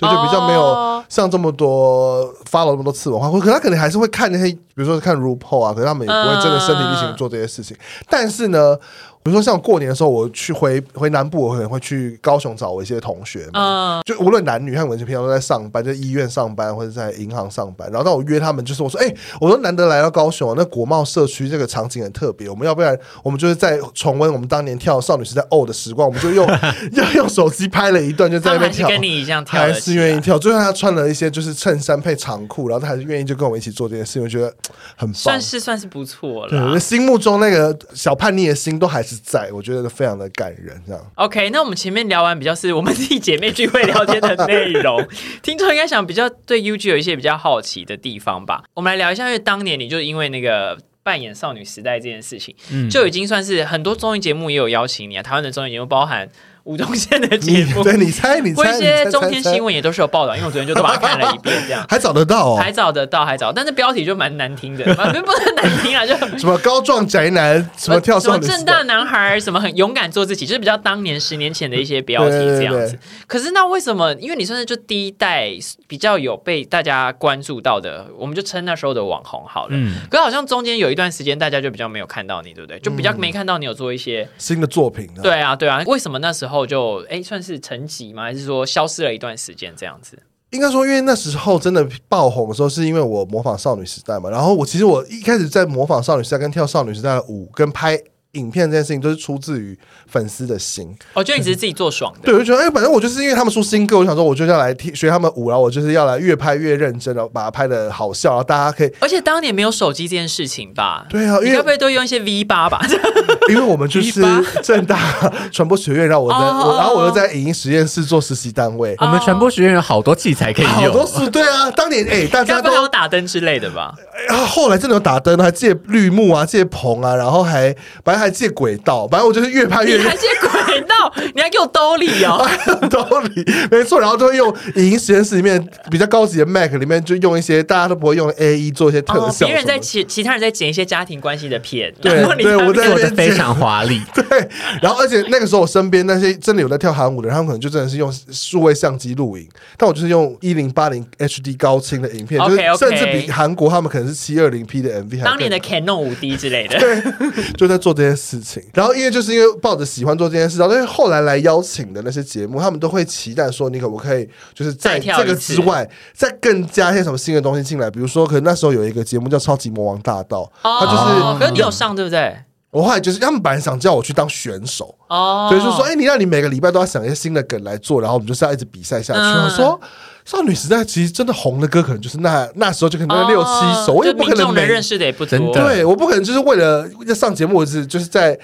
[SPEAKER 3] 对，就比较没有
[SPEAKER 1] 哦
[SPEAKER 3] 像这么多发了那么多次文化，或可他可能还是会看那些，比如说看 RuPaul 啊，可是他们也不会真的身体力
[SPEAKER 1] 嗯
[SPEAKER 3] 行做这些事情。但是呢，比如说像过年的时候，我去回回南部，我可能会去高雄找我一些同学嘛，
[SPEAKER 1] 嗯，
[SPEAKER 3] 就无论男女，汉文平常都在上班，在医院上班或者在银行上班。然后当我约他们，就是我说，哎、我说难得来到高雄，那国贸社区这个场景很特别，我们要不然我们就是在重温我们当年跳少女时代哦的时光，我们就用 要用手机拍了一段，就在
[SPEAKER 1] 他
[SPEAKER 3] 那
[SPEAKER 1] 们
[SPEAKER 3] 边
[SPEAKER 1] 还是
[SPEAKER 3] 跳。
[SPEAKER 1] 跟你一样跳啊
[SPEAKER 3] 还
[SPEAKER 1] 的，
[SPEAKER 3] 是愿意。跳，就算他穿了一些就是衬衫配长裤，然后他还是愿意就跟我们一起做这件事情，我觉得嘖嗯很棒
[SPEAKER 1] 算。是算是不错
[SPEAKER 3] 对，我
[SPEAKER 1] 了
[SPEAKER 3] 的。心目中那个小叛逆的心都还是在，我觉得非常的感人。这样，
[SPEAKER 1] OK，那我们前面聊完比较是我们自己姐妹聚会聊天的内 容，听众应该想比较对 UG 有一些比较好奇的地方吧。我们来聊一下，因为当年你就因为那个扮演少女时代这件事情，
[SPEAKER 2] 嗯，
[SPEAKER 1] 就已经算是很多综艺节目也有邀请你啊，台湾的综艺节目包含吴宗宪的节目，
[SPEAKER 3] 对 你猜，你
[SPEAKER 1] 或
[SPEAKER 3] 猜，
[SPEAKER 1] 一
[SPEAKER 3] 你
[SPEAKER 1] 些
[SPEAKER 3] 猜
[SPEAKER 1] 中天
[SPEAKER 3] 猜猜
[SPEAKER 1] 新闻也都是有报道，因为我昨天就都把它看了一遍，这样
[SPEAKER 3] 还找得到哦，
[SPEAKER 1] 还找得到，还找，但是标题就蛮难听的， 不是不是难听啊，就
[SPEAKER 3] 什么高壮宅男，什么跳
[SPEAKER 1] 呃什
[SPEAKER 3] 少
[SPEAKER 1] 么
[SPEAKER 3] 女时代
[SPEAKER 1] 正大男孩，什么很勇敢做自己，就是比较当年十年前的一些标题
[SPEAKER 3] 对对对
[SPEAKER 1] 这样子。
[SPEAKER 3] 对
[SPEAKER 1] 可是那为什么？因为你算是就第一代比较有被大家关注到的，我们就称那时候的网红好了。
[SPEAKER 2] 嗯，
[SPEAKER 1] 可是好像中间有一段时间，大家就比较没有看到你，对不对？就比
[SPEAKER 3] 嗯
[SPEAKER 1] 较没看到你有做一些，
[SPEAKER 3] 新的作品呢？，
[SPEAKER 1] 对啊，对啊。为什么那时候就哎算是沉寂吗？还是说消失了一段时间这样子？
[SPEAKER 3] 应该说，因为那时候真的爆红的时候，是因为我模仿少女时代嘛。然后我其实我一开始在模仿少女时代跟跳少女时代的舞，跟拍影片这件事情，都是出自于粉丝的心。
[SPEAKER 1] 我觉得你只是自己做爽的。
[SPEAKER 3] 对，我就觉得，哎、反正我就是因为他们出新歌，我想说，我就要来听学他们舞，然后我就是要来越拍越认真，然后把它拍的好笑，然后大家可以，
[SPEAKER 1] 而且当年没有手机这件事情吧？
[SPEAKER 3] 对啊因为
[SPEAKER 1] 你该不会都用一些 V 八吧？
[SPEAKER 3] 因为我们就是正大传播学院，让我在，
[SPEAKER 1] 哦
[SPEAKER 3] 我然后我又在影音实验室做实习单位。
[SPEAKER 2] 我们传播学院有好多器材可以用，
[SPEAKER 3] 好多数对啊，当年 哎、大
[SPEAKER 1] 该
[SPEAKER 3] 家
[SPEAKER 1] 哎不会
[SPEAKER 3] 都哎
[SPEAKER 1] 还有打灯之类的吧？
[SPEAKER 3] 然后后来真的有打灯，还借绿幕啊，借棚啊，然后还反正还还借轨道，反正我就是越拍 越
[SPEAKER 1] 你
[SPEAKER 3] 热
[SPEAKER 1] 还借轨 道，你还给我兜里哦。
[SPEAKER 3] 道理，没错。然后都会用影音实验室里面比较高级的 Mac 里面，就用一些大家都不会用的 A E 做一些特
[SPEAKER 1] 哦，
[SPEAKER 3] 效什么的。
[SPEAKER 1] 别人在其其他人在剪一些家庭关系的片，
[SPEAKER 3] 对
[SPEAKER 1] 然后你
[SPEAKER 3] 对
[SPEAKER 1] 在
[SPEAKER 3] 我在
[SPEAKER 2] 做的非常华丽，
[SPEAKER 3] 对，然后而且那个时候我身边那些真的有在跳韩舞的人，他们可能就真的是用数位相机录影，但我就是用一零八零 HD 高清的影片
[SPEAKER 1] OK，OK
[SPEAKER 3] 就是甚至比韩国他们可能是七二零 P 的 MV 还
[SPEAKER 1] 当年的
[SPEAKER 3] 更
[SPEAKER 1] Canon 五 D 之类的，
[SPEAKER 3] 就在做这件事情。然后因为就是因为抱着喜欢做这件事，然后因为后来来邀请的那些节目，他们都会期待说你可不可以就是在
[SPEAKER 1] 再跳
[SPEAKER 3] 这
[SPEAKER 1] 一
[SPEAKER 3] 个
[SPEAKER 1] 次
[SPEAKER 3] 之外再更加一些什么新的东西进来，比如说可能那时候有一个节目叫《超级魔王大道》，他
[SPEAKER 1] 哦
[SPEAKER 3] 就是嗯
[SPEAKER 1] 可是你有上对不对？
[SPEAKER 3] 我后来就是他们本来想叫我去当选手。
[SPEAKER 1] 哦，
[SPEAKER 3] 所以就说，哎、你让你每个礼拜都要想一些新的梗来做，然后我们就是要一直比赛下去。
[SPEAKER 1] 嗯
[SPEAKER 3] 我说，少女时代其实真的红的歌，可能就是那那时候就可能
[SPEAKER 1] 哦
[SPEAKER 3] 六七首，我也
[SPEAKER 1] 就
[SPEAKER 3] 不可
[SPEAKER 1] 民众
[SPEAKER 3] 能每
[SPEAKER 1] 能认识的也不
[SPEAKER 2] 真
[SPEAKER 1] 多，
[SPEAKER 2] 的
[SPEAKER 3] 对我不可能就是为了要上节目，我只就是在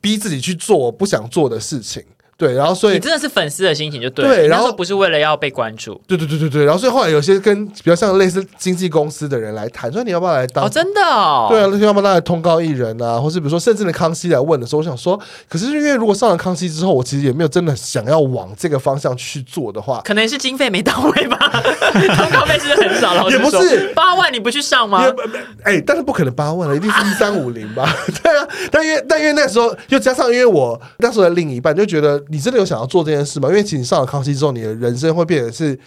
[SPEAKER 3] 逼自己去做我不想做的事情。对，然后所以
[SPEAKER 1] 你真的是粉丝的心情就对了，
[SPEAKER 3] 对
[SPEAKER 1] 你那
[SPEAKER 3] 然后
[SPEAKER 1] 时候不是为了要被关注
[SPEAKER 3] 对对对对对，然后所以后来有些跟比较像类似经纪公司的人来谈，说你要不要来当
[SPEAKER 1] 哦，真的哦，
[SPEAKER 3] 对啊，那些要不要来通告艺人啊，或是比如说，甚至连康熙来问的时候，我想说，可是因为如果上了康熙之后，我其实也没有真的想要往这个方向去做的话，
[SPEAKER 1] 可能是经费没到位吧，通告费是不是很少，老师
[SPEAKER 3] 也不
[SPEAKER 1] 说
[SPEAKER 3] 是
[SPEAKER 1] 八万你不去上吗
[SPEAKER 3] 因为？哎、但是不可能八万了，一定是一三五零吧？ 对啊，但因为但因为那时候又加上，因为我那时候的另一半就觉得，你真的有想要做这件事吗？因为其实你上了康熙之后，你的人生会变得是。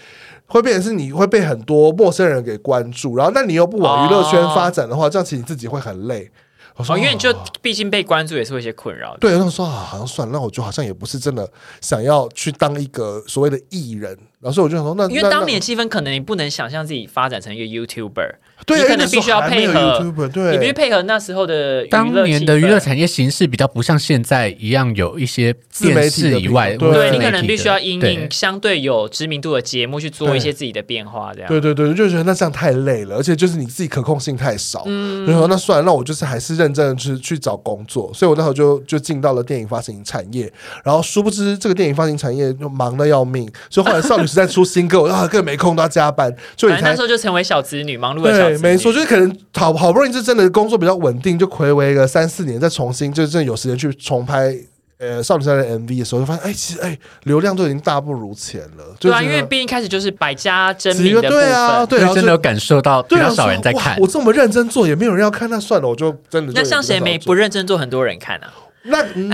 [SPEAKER 3] 会变成是你会被很多陌生人给关注，然后那你又不往娱乐圈发展的话，这样其实你自己会很累。我
[SPEAKER 1] 哦
[SPEAKER 3] 说，
[SPEAKER 1] 哦，因为你就
[SPEAKER 3] 哦
[SPEAKER 1] 毕竟被关注也是会有一些困扰的。
[SPEAKER 3] 对，然后说啊，好像算了，那我就好像也不是真的想要去当一个所谓的艺人，然后所以我就想说，那
[SPEAKER 1] 因
[SPEAKER 3] 呃那
[SPEAKER 1] 为当
[SPEAKER 3] 那
[SPEAKER 1] 年气氛，可能你不能想象自己发展成一个 YouTuber，
[SPEAKER 3] 对，
[SPEAKER 1] 你可能
[SPEAKER 3] 那时候
[SPEAKER 1] 必须要
[SPEAKER 3] 还没有
[SPEAKER 1] 配合
[SPEAKER 3] YouTuber，
[SPEAKER 1] 你必须
[SPEAKER 3] 对，
[SPEAKER 1] 配合那时候的娱乐
[SPEAKER 2] 当年的
[SPEAKER 1] 气
[SPEAKER 2] 娱
[SPEAKER 1] 氛
[SPEAKER 2] 乐产业形式比较不像现在一样有一些
[SPEAKER 3] 自媒
[SPEAKER 2] 电
[SPEAKER 3] 体的
[SPEAKER 2] 视以外，
[SPEAKER 3] 平台
[SPEAKER 2] 或者
[SPEAKER 1] 对你
[SPEAKER 3] 对
[SPEAKER 1] 可
[SPEAKER 2] 自媒
[SPEAKER 1] 能
[SPEAKER 2] 体
[SPEAKER 1] 必须要
[SPEAKER 2] 的
[SPEAKER 1] 因
[SPEAKER 2] 对
[SPEAKER 1] 应相对有知名度的节目去做一些自己的变化，这样。
[SPEAKER 3] 对对对，就觉得那这样太累了，而且就是你自己可控性太少，
[SPEAKER 1] 嗯
[SPEAKER 3] 然后那算了，那我就是还是认真的去去找工作，所以我那时候就就进到了电影发行产业，然后殊不知这个电影发行产业就忙得要命，所以后来少女时代出新歌，我啊更没空，都要加班，就你
[SPEAKER 1] 反正
[SPEAKER 3] 才
[SPEAKER 1] 那时候就成为小子女，忙碌的小子
[SPEAKER 3] 对，
[SPEAKER 1] 女。
[SPEAKER 3] 没错，就是可能好好不容易是真的工作比较稳定，就暌违个三四年，再重新就真的有时间去重拍呃少女时代的 MV 的时候，就发现哎、其实哎、流量都已经大不如前了，就
[SPEAKER 1] 对啊，
[SPEAKER 3] 觉
[SPEAKER 1] 因
[SPEAKER 3] 得
[SPEAKER 1] 为毕竟开始就是百家争
[SPEAKER 3] 只
[SPEAKER 1] 鸣
[SPEAKER 3] 有
[SPEAKER 1] 的部分。
[SPEAKER 3] 对啊，对，然
[SPEAKER 2] 就
[SPEAKER 3] 后
[SPEAKER 2] 真
[SPEAKER 3] 就
[SPEAKER 2] 的有感受到比
[SPEAKER 3] 对啊，
[SPEAKER 2] 较少人在
[SPEAKER 3] 说哇
[SPEAKER 2] 看
[SPEAKER 3] 我。这么认真做也没有人要看，那算了，我就真的就
[SPEAKER 1] 那像谁没不
[SPEAKER 3] 认
[SPEAKER 1] 认真做，很多人看啊？
[SPEAKER 3] 那，嗯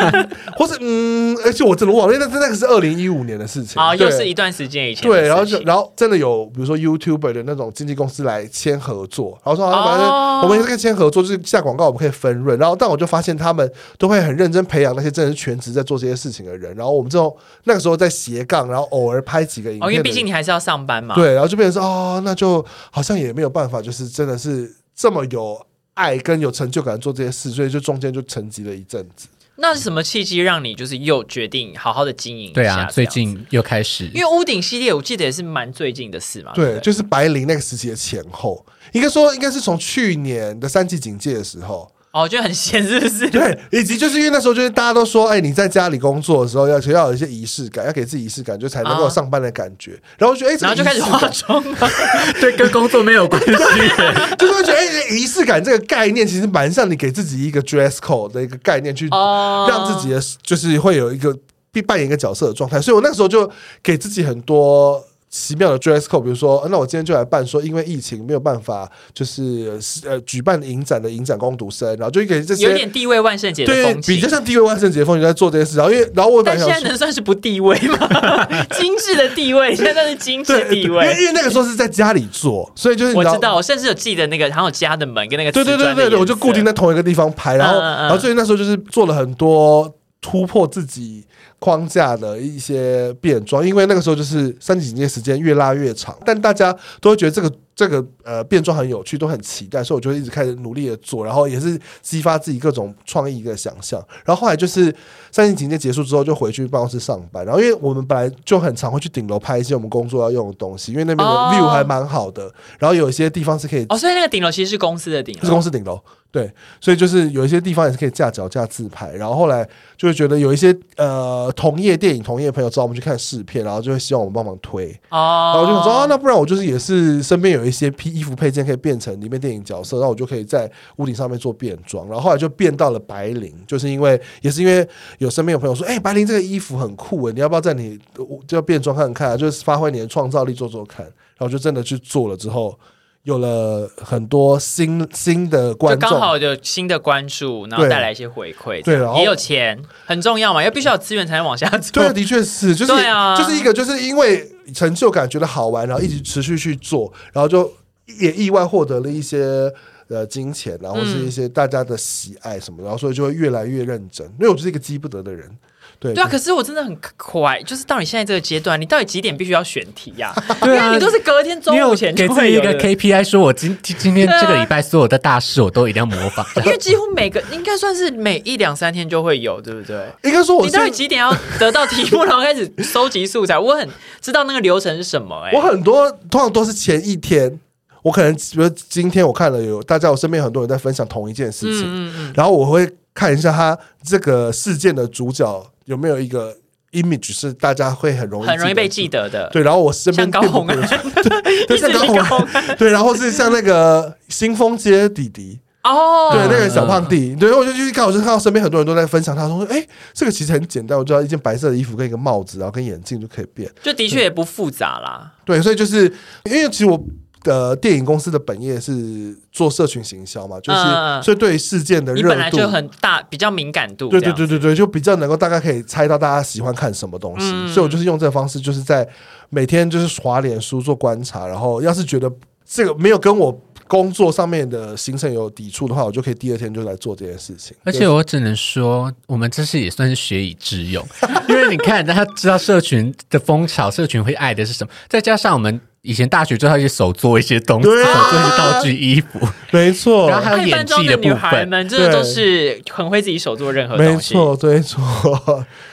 [SPEAKER 3] 或是嗯，而且我真的忘了，因为那那个是二零一五年的事情
[SPEAKER 1] 啊，
[SPEAKER 3] 对
[SPEAKER 1] 又是一段时间以前的事情。
[SPEAKER 3] 对，然后就然后真的有，比如说 YouTuber 的那种经纪公司来签合作，然后说、啊、反
[SPEAKER 1] 哦
[SPEAKER 3] 正我们也是可以签合作，就是下广告我们可以分润。然后但我就发现他们都会很认真培养那些真的是全职在做这些事情的人。然后我们这种那个时候在斜杠，然后偶尔拍几个影片的
[SPEAKER 1] 哦，
[SPEAKER 3] 人，
[SPEAKER 1] 因为毕竟你还是要上班嘛。
[SPEAKER 3] 对，然后就变成说哦，那就好像也没有办法，就是真的是这么有爱跟有成就感做这些事，所以就中间就沉寂了一阵子。
[SPEAKER 1] 那是什么契机让你就是又决定好好的经营一下？
[SPEAKER 2] 对啊，
[SPEAKER 1] 这
[SPEAKER 2] 最
[SPEAKER 1] 样子。
[SPEAKER 2] 近又开始，
[SPEAKER 1] 因为屋顶系列，我记得也是蛮最近的事嘛。对不
[SPEAKER 3] 啊对，
[SPEAKER 1] 对，
[SPEAKER 3] 就是白灵那个时期的前后，应该说应该是从去年的三级警戒的时候。
[SPEAKER 1] 哦，就很闲，是不是？
[SPEAKER 3] 对，以及就是因为那时候就是大家都说，哎，你在家里工作的时候要要有一些仪式感，要给自己仪式感，就才能够
[SPEAKER 1] 啊
[SPEAKER 3] 有上班的感觉。然后就觉得，哎，这
[SPEAKER 1] 然
[SPEAKER 3] 个
[SPEAKER 1] 后就
[SPEAKER 3] 仪
[SPEAKER 1] 开始
[SPEAKER 3] 式
[SPEAKER 1] 化
[SPEAKER 3] 感
[SPEAKER 1] 妆啊，
[SPEAKER 2] 对，跟工作没 有关系。
[SPEAKER 3] 就是会觉得，哎，仪式感这个概念其实蛮像你给自己一个 dress code 的一个概念，去
[SPEAKER 1] 哦
[SPEAKER 3] 让自己的就是会有一个必扮演一个角色的状态。所以我那时候就给自己很多。奇妙的 dress code，比如说，呃那我今天就来办说，因为疫情没有办法，就是呃举办影展的影展攻读生，然后就给这
[SPEAKER 1] 有
[SPEAKER 3] 些
[SPEAKER 1] 点地位万圣节的
[SPEAKER 3] 对
[SPEAKER 1] 风气。
[SPEAKER 3] 比较像地位万圣节风，你在做这件事，然后因为然后我本
[SPEAKER 1] 但现
[SPEAKER 3] 来想
[SPEAKER 1] 在
[SPEAKER 3] 说
[SPEAKER 1] 能算是不地位 吗？精致的地位，现在算是精致
[SPEAKER 3] 对，
[SPEAKER 1] 地
[SPEAKER 3] 因为
[SPEAKER 1] 位。
[SPEAKER 3] 因为那个时候是在家里做，所以就是你
[SPEAKER 1] 我知。道，我甚至有记得那个，然后家的门跟那个
[SPEAKER 3] 对对对对对，我就固定
[SPEAKER 1] 的
[SPEAKER 3] 在同一个地方拍，然后
[SPEAKER 1] 嗯嗯嗯
[SPEAKER 3] 然后所以那时候就是做了很多突破自己框架的一些变装，因为那个时候就是三级警戒时间越拉越长，但大家都会觉得这个这个呃变装很有趣，都很期待，所以我就一直开始努力的做，然后也是激发自己各种创意的想象。然后后来就是三级警戒结束之后，就回去办公室上班，然后因为我们本来就很常会去顶楼拍一些我们工作要用的东西，因为那边的
[SPEAKER 1] 哦
[SPEAKER 3] view 还蛮好的，然后有一些地方是可以
[SPEAKER 1] 哦，所以那个顶楼其实是公司的顶
[SPEAKER 3] 是
[SPEAKER 1] 楼
[SPEAKER 3] 公司顶楼，对，所以就是有一些地方也是可以架脚架自拍，然后后来就会觉得有一些呃同业电影同业朋友找我们去看试片，然后就会希望我们帮忙推，然
[SPEAKER 1] 哦，
[SPEAKER 3] 后我就想说啊，那不然我就是也是身边有一些披衣服配件可以变成里面电影角色，然后我就可以在屋顶上面做变装，然后后来就变到了白灵，就是因为也是因为有身边有朋友说，哎、白灵这个衣服很酷欸诶，你要不要在你就要变装看看、啊，就是发挥你的创造力做做看，然后就真的去做了之后。有了很多新新的
[SPEAKER 1] 就
[SPEAKER 3] 观众，
[SPEAKER 1] 刚好有新的关注，然后
[SPEAKER 3] 对
[SPEAKER 1] 带来一些回馈，这
[SPEAKER 3] 对
[SPEAKER 1] 样
[SPEAKER 3] 然后
[SPEAKER 1] 也有钱，很重要嘛，要必须要有资源才能往下做。
[SPEAKER 3] 对，的确是，就是、
[SPEAKER 1] 对啊
[SPEAKER 3] 就是一个就是因为成就感觉得好玩，然后一直持续去做，然后就也意外获得了一些。呃，金钱啊，然后
[SPEAKER 1] 嗯
[SPEAKER 3] 是一些大家的喜爱什么，然后所以就会越来越认真。因为我就是一个积不得的人，对
[SPEAKER 1] 对啊，可是我真的很快，就是到你现在这个阶段，你到底几点必须要选题 呀、
[SPEAKER 2] 对啊
[SPEAKER 1] 因为你都是隔天中
[SPEAKER 2] 你有
[SPEAKER 1] 午前
[SPEAKER 2] 给
[SPEAKER 1] 就
[SPEAKER 2] 自
[SPEAKER 1] 会
[SPEAKER 2] 己一
[SPEAKER 1] 有
[SPEAKER 2] 个
[SPEAKER 1] 的
[SPEAKER 2] KPI，说我今 今今天
[SPEAKER 1] 对啊
[SPEAKER 2] 这个礼拜所有的大事我都一定要模 仿。
[SPEAKER 1] 因为几乎每个应该算是每一两三天就会有，对不对？
[SPEAKER 3] 应该说我
[SPEAKER 1] 你
[SPEAKER 3] 是
[SPEAKER 1] 到底几点要得到题目，然 后开始收集素材？我很知道那个流程是什么、
[SPEAKER 3] 我
[SPEAKER 1] 哎，
[SPEAKER 3] 很多通常都是前一天，我可能比如今天我看了有大家我身边很多人在分享同一件事情，
[SPEAKER 1] 嗯嗯，
[SPEAKER 3] 然后我会看一下他这个事件的主角有没有一个 image 是大家会很容易
[SPEAKER 1] 很容易被
[SPEAKER 3] 住
[SPEAKER 1] 记得的，
[SPEAKER 3] 对，然后我身边
[SPEAKER 1] 像高啊
[SPEAKER 3] 并不
[SPEAKER 1] 洪安
[SPEAKER 3] 多 人
[SPEAKER 1] 一直
[SPEAKER 3] 对，像
[SPEAKER 1] 提
[SPEAKER 3] 高洪安，
[SPEAKER 1] 供
[SPEAKER 3] 对，然后是像那个新丰街弟弟，
[SPEAKER 1] 哦，
[SPEAKER 3] 对，那个小胖弟，对，我就去看，我就看到身边很多人都在分享，他说，哎，这个其实很简单，我就要一件白色的衣服跟一个帽子，然后跟眼镜就可以变，
[SPEAKER 1] 就的确也不复杂啦。
[SPEAKER 3] 对，所以就是因为其实我。的电影公司的本业是做社群行销嘛，就是、
[SPEAKER 1] 嗯嗯嗯
[SPEAKER 3] 所以对于事件的
[SPEAKER 1] 你
[SPEAKER 3] 热
[SPEAKER 1] 本来
[SPEAKER 3] 度，
[SPEAKER 1] 就很大，比较敏感度，
[SPEAKER 3] 对
[SPEAKER 1] 这
[SPEAKER 3] 对
[SPEAKER 1] 样
[SPEAKER 3] 对对对，就比较能够大概可以猜到大家喜欢看什么东西，
[SPEAKER 1] 嗯
[SPEAKER 3] 所以我就是用这个方式，就是在每天就是刷脸书做观察，然后要是觉得这个没有跟我工作上面的行程有抵触的话，我就可以第二天就来做这件事情。
[SPEAKER 2] 而且我只能说，我们这是也算是学以致用，因为你看，大家知道社群的风潮，社群会爱的是什么，再加上我们以前大学就要去手做一些东西，
[SPEAKER 3] 对啊
[SPEAKER 2] 手做一些道具、衣服，
[SPEAKER 3] 没错
[SPEAKER 2] 然后还有
[SPEAKER 1] 黑
[SPEAKER 2] 演
[SPEAKER 1] 班哦中
[SPEAKER 2] 技
[SPEAKER 1] 的女
[SPEAKER 2] 部
[SPEAKER 1] 孩
[SPEAKER 2] 分。
[SPEAKER 1] 们真的都是很会自己手做任何
[SPEAKER 3] 没
[SPEAKER 1] 东西。
[SPEAKER 3] 错，没错，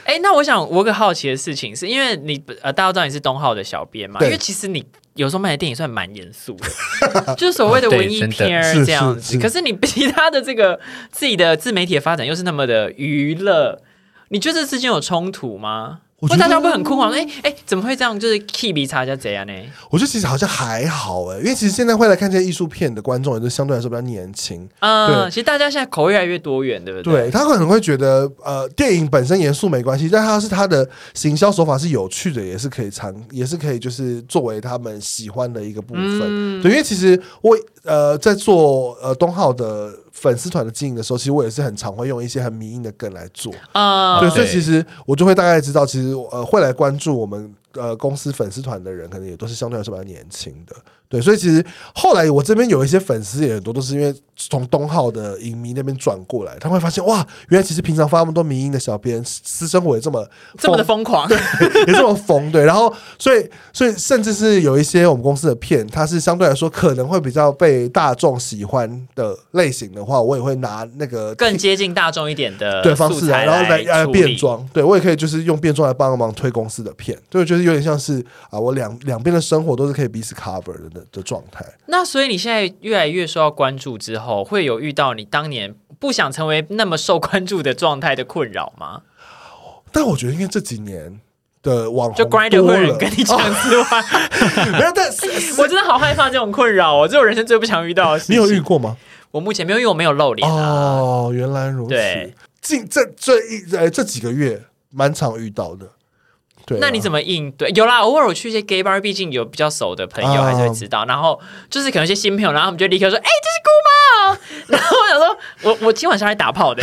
[SPEAKER 1] 哎、那我想我有个好奇的事情是，因为你呃，大家都知道你是东浩的小编嘛，
[SPEAKER 3] 对
[SPEAKER 1] 因为其实你有时候卖的电影算蛮严肃的，就是所 谓的文艺
[SPEAKER 2] 对真的
[SPEAKER 1] 片儿
[SPEAKER 3] 是
[SPEAKER 1] 这样
[SPEAKER 3] 是
[SPEAKER 1] 子。
[SPEAKER 3] 是
[SPEAKER 1] 可是你其他的这个自己的自媒体的发展又是那么的娱乐，你觉得这之间有冲突吗？
[SPEAKER 3] 我
[SPEAKER 1] 或
[SPEAKER 3] 觉
[SPEAKER 1] 大
[SPEAKER 3] 得
[SPEAKER 1] 家会很困惑，哎、哎、怎么会这样？就是 key 比查一下怎样呢？
[SPEAKER 3] 我觉得其实好像还好哎、因为其实现在会来看这些艺术片的观众，也都相对来说比较年轻，
[SPEAKER 1] 嗯，
[SPEAKER 3] 对
[SPEAKER 1] 其实大家现在口味越来越多元，对不对？
[SPEAKER 3] 对他可能会觉得，呃，电影本身严肃没关系，但他是他的行销手法是有趣的，也是可以尝，也是可以就是作为他们喜欢的一个部分。
[SPEAKER 1] 嗯
[SPEAKER 3] 对，因为其实我呃在做呃东浩的粉丝团的经营的时候，其实我也是很常会用一些很迷因的梗来做。
[SPEAKER 1] 啊、
[SPEAKER 3] 对，
[SPEAKER 2] 对
[SPEAKER 3] 所以其实我就会大概知道，其实呃会来关注我们呃公司粉丝团的人，可能也都是相对来说比较年轻的。对，所以其实后来我这边有一些粉丝也很多都是因为从东浩的影迷那边转过来，他们会发现哇，原来其实平常发那么多迷音的小编，私生活也这么
[SPEAKER 1] 这么的疯狂，
[SPEAKER 3] 也这么疯，对。然后，所以， 所以，甚至是有一些我们公司的片，它是相对来说可能会比较被大众喜欢的类型的话，我也会拿那个
[SPEAKER 1] 更接近大众一点的
[SPEAKER 3] 对方
[SPEAKER 1] 呃素
[SPEAKER 3] 式
[SPEAKER 1] 材
[SPEAKER 3] 啊，然后来
[SPEAKER 1] 来
[SPEAKER 3] 来
[SPEAKER 1] 处
[SPEAKER 3] 变
[SPEAKER 1] 理
[SPEAKER 3] 装，对我也可以就是用变装来帮忙推公司的片，对，我觉得有点像是啊，我两两边的生活都是可以彼此 cover 的的的状态。
[SPEAKER 1] 那所以你现在越来越受到关注之后，会有遇到你当年不想成为那么受关注的状态的困扰吗？
[SPEAKER 3] 但我觉得因为这几年的网红
[SPEAKER 1] 就 grinder
[SPEAKER 3] 多
[SPEAKER 1] 会有人
[SPEAKER 3] 了
[SPEAKER 1] 跟你讲
[SPEAKER 3] 哦
[SPEAKER 1] 之外，
[SPEAKER 3] 没有，但是是
[SPEAKER 1] 我真的好害怕这种困扰哦，这是我 人生最不想遇到的事
[SPEAKER 3] 你
[SPEAKER 1] 情。
[SPEAKER 3] 有遇过吗？
[SPEAKER 1] 我目前没有，因为我没有露脸啊。
[SPEAKER 3] 哦，原来如此
[SPEAKER 1] 对。
[SPEAKER 3] 近这这一呃这几个月蛮常遇到的。对啊、
[SPEAKER 1] 那你怎么应对？有啦，偶尔我去一些 gay bar，毕竟有比较熟的朋友
[SPEAKER 3] 啊
[SPEAKER 1] 还是会知道。然后就是可能一些新朋友，然后他们就立刻说：“哎、这是姑妈哦。”然 后我想说，我我今晚上来打炮 的，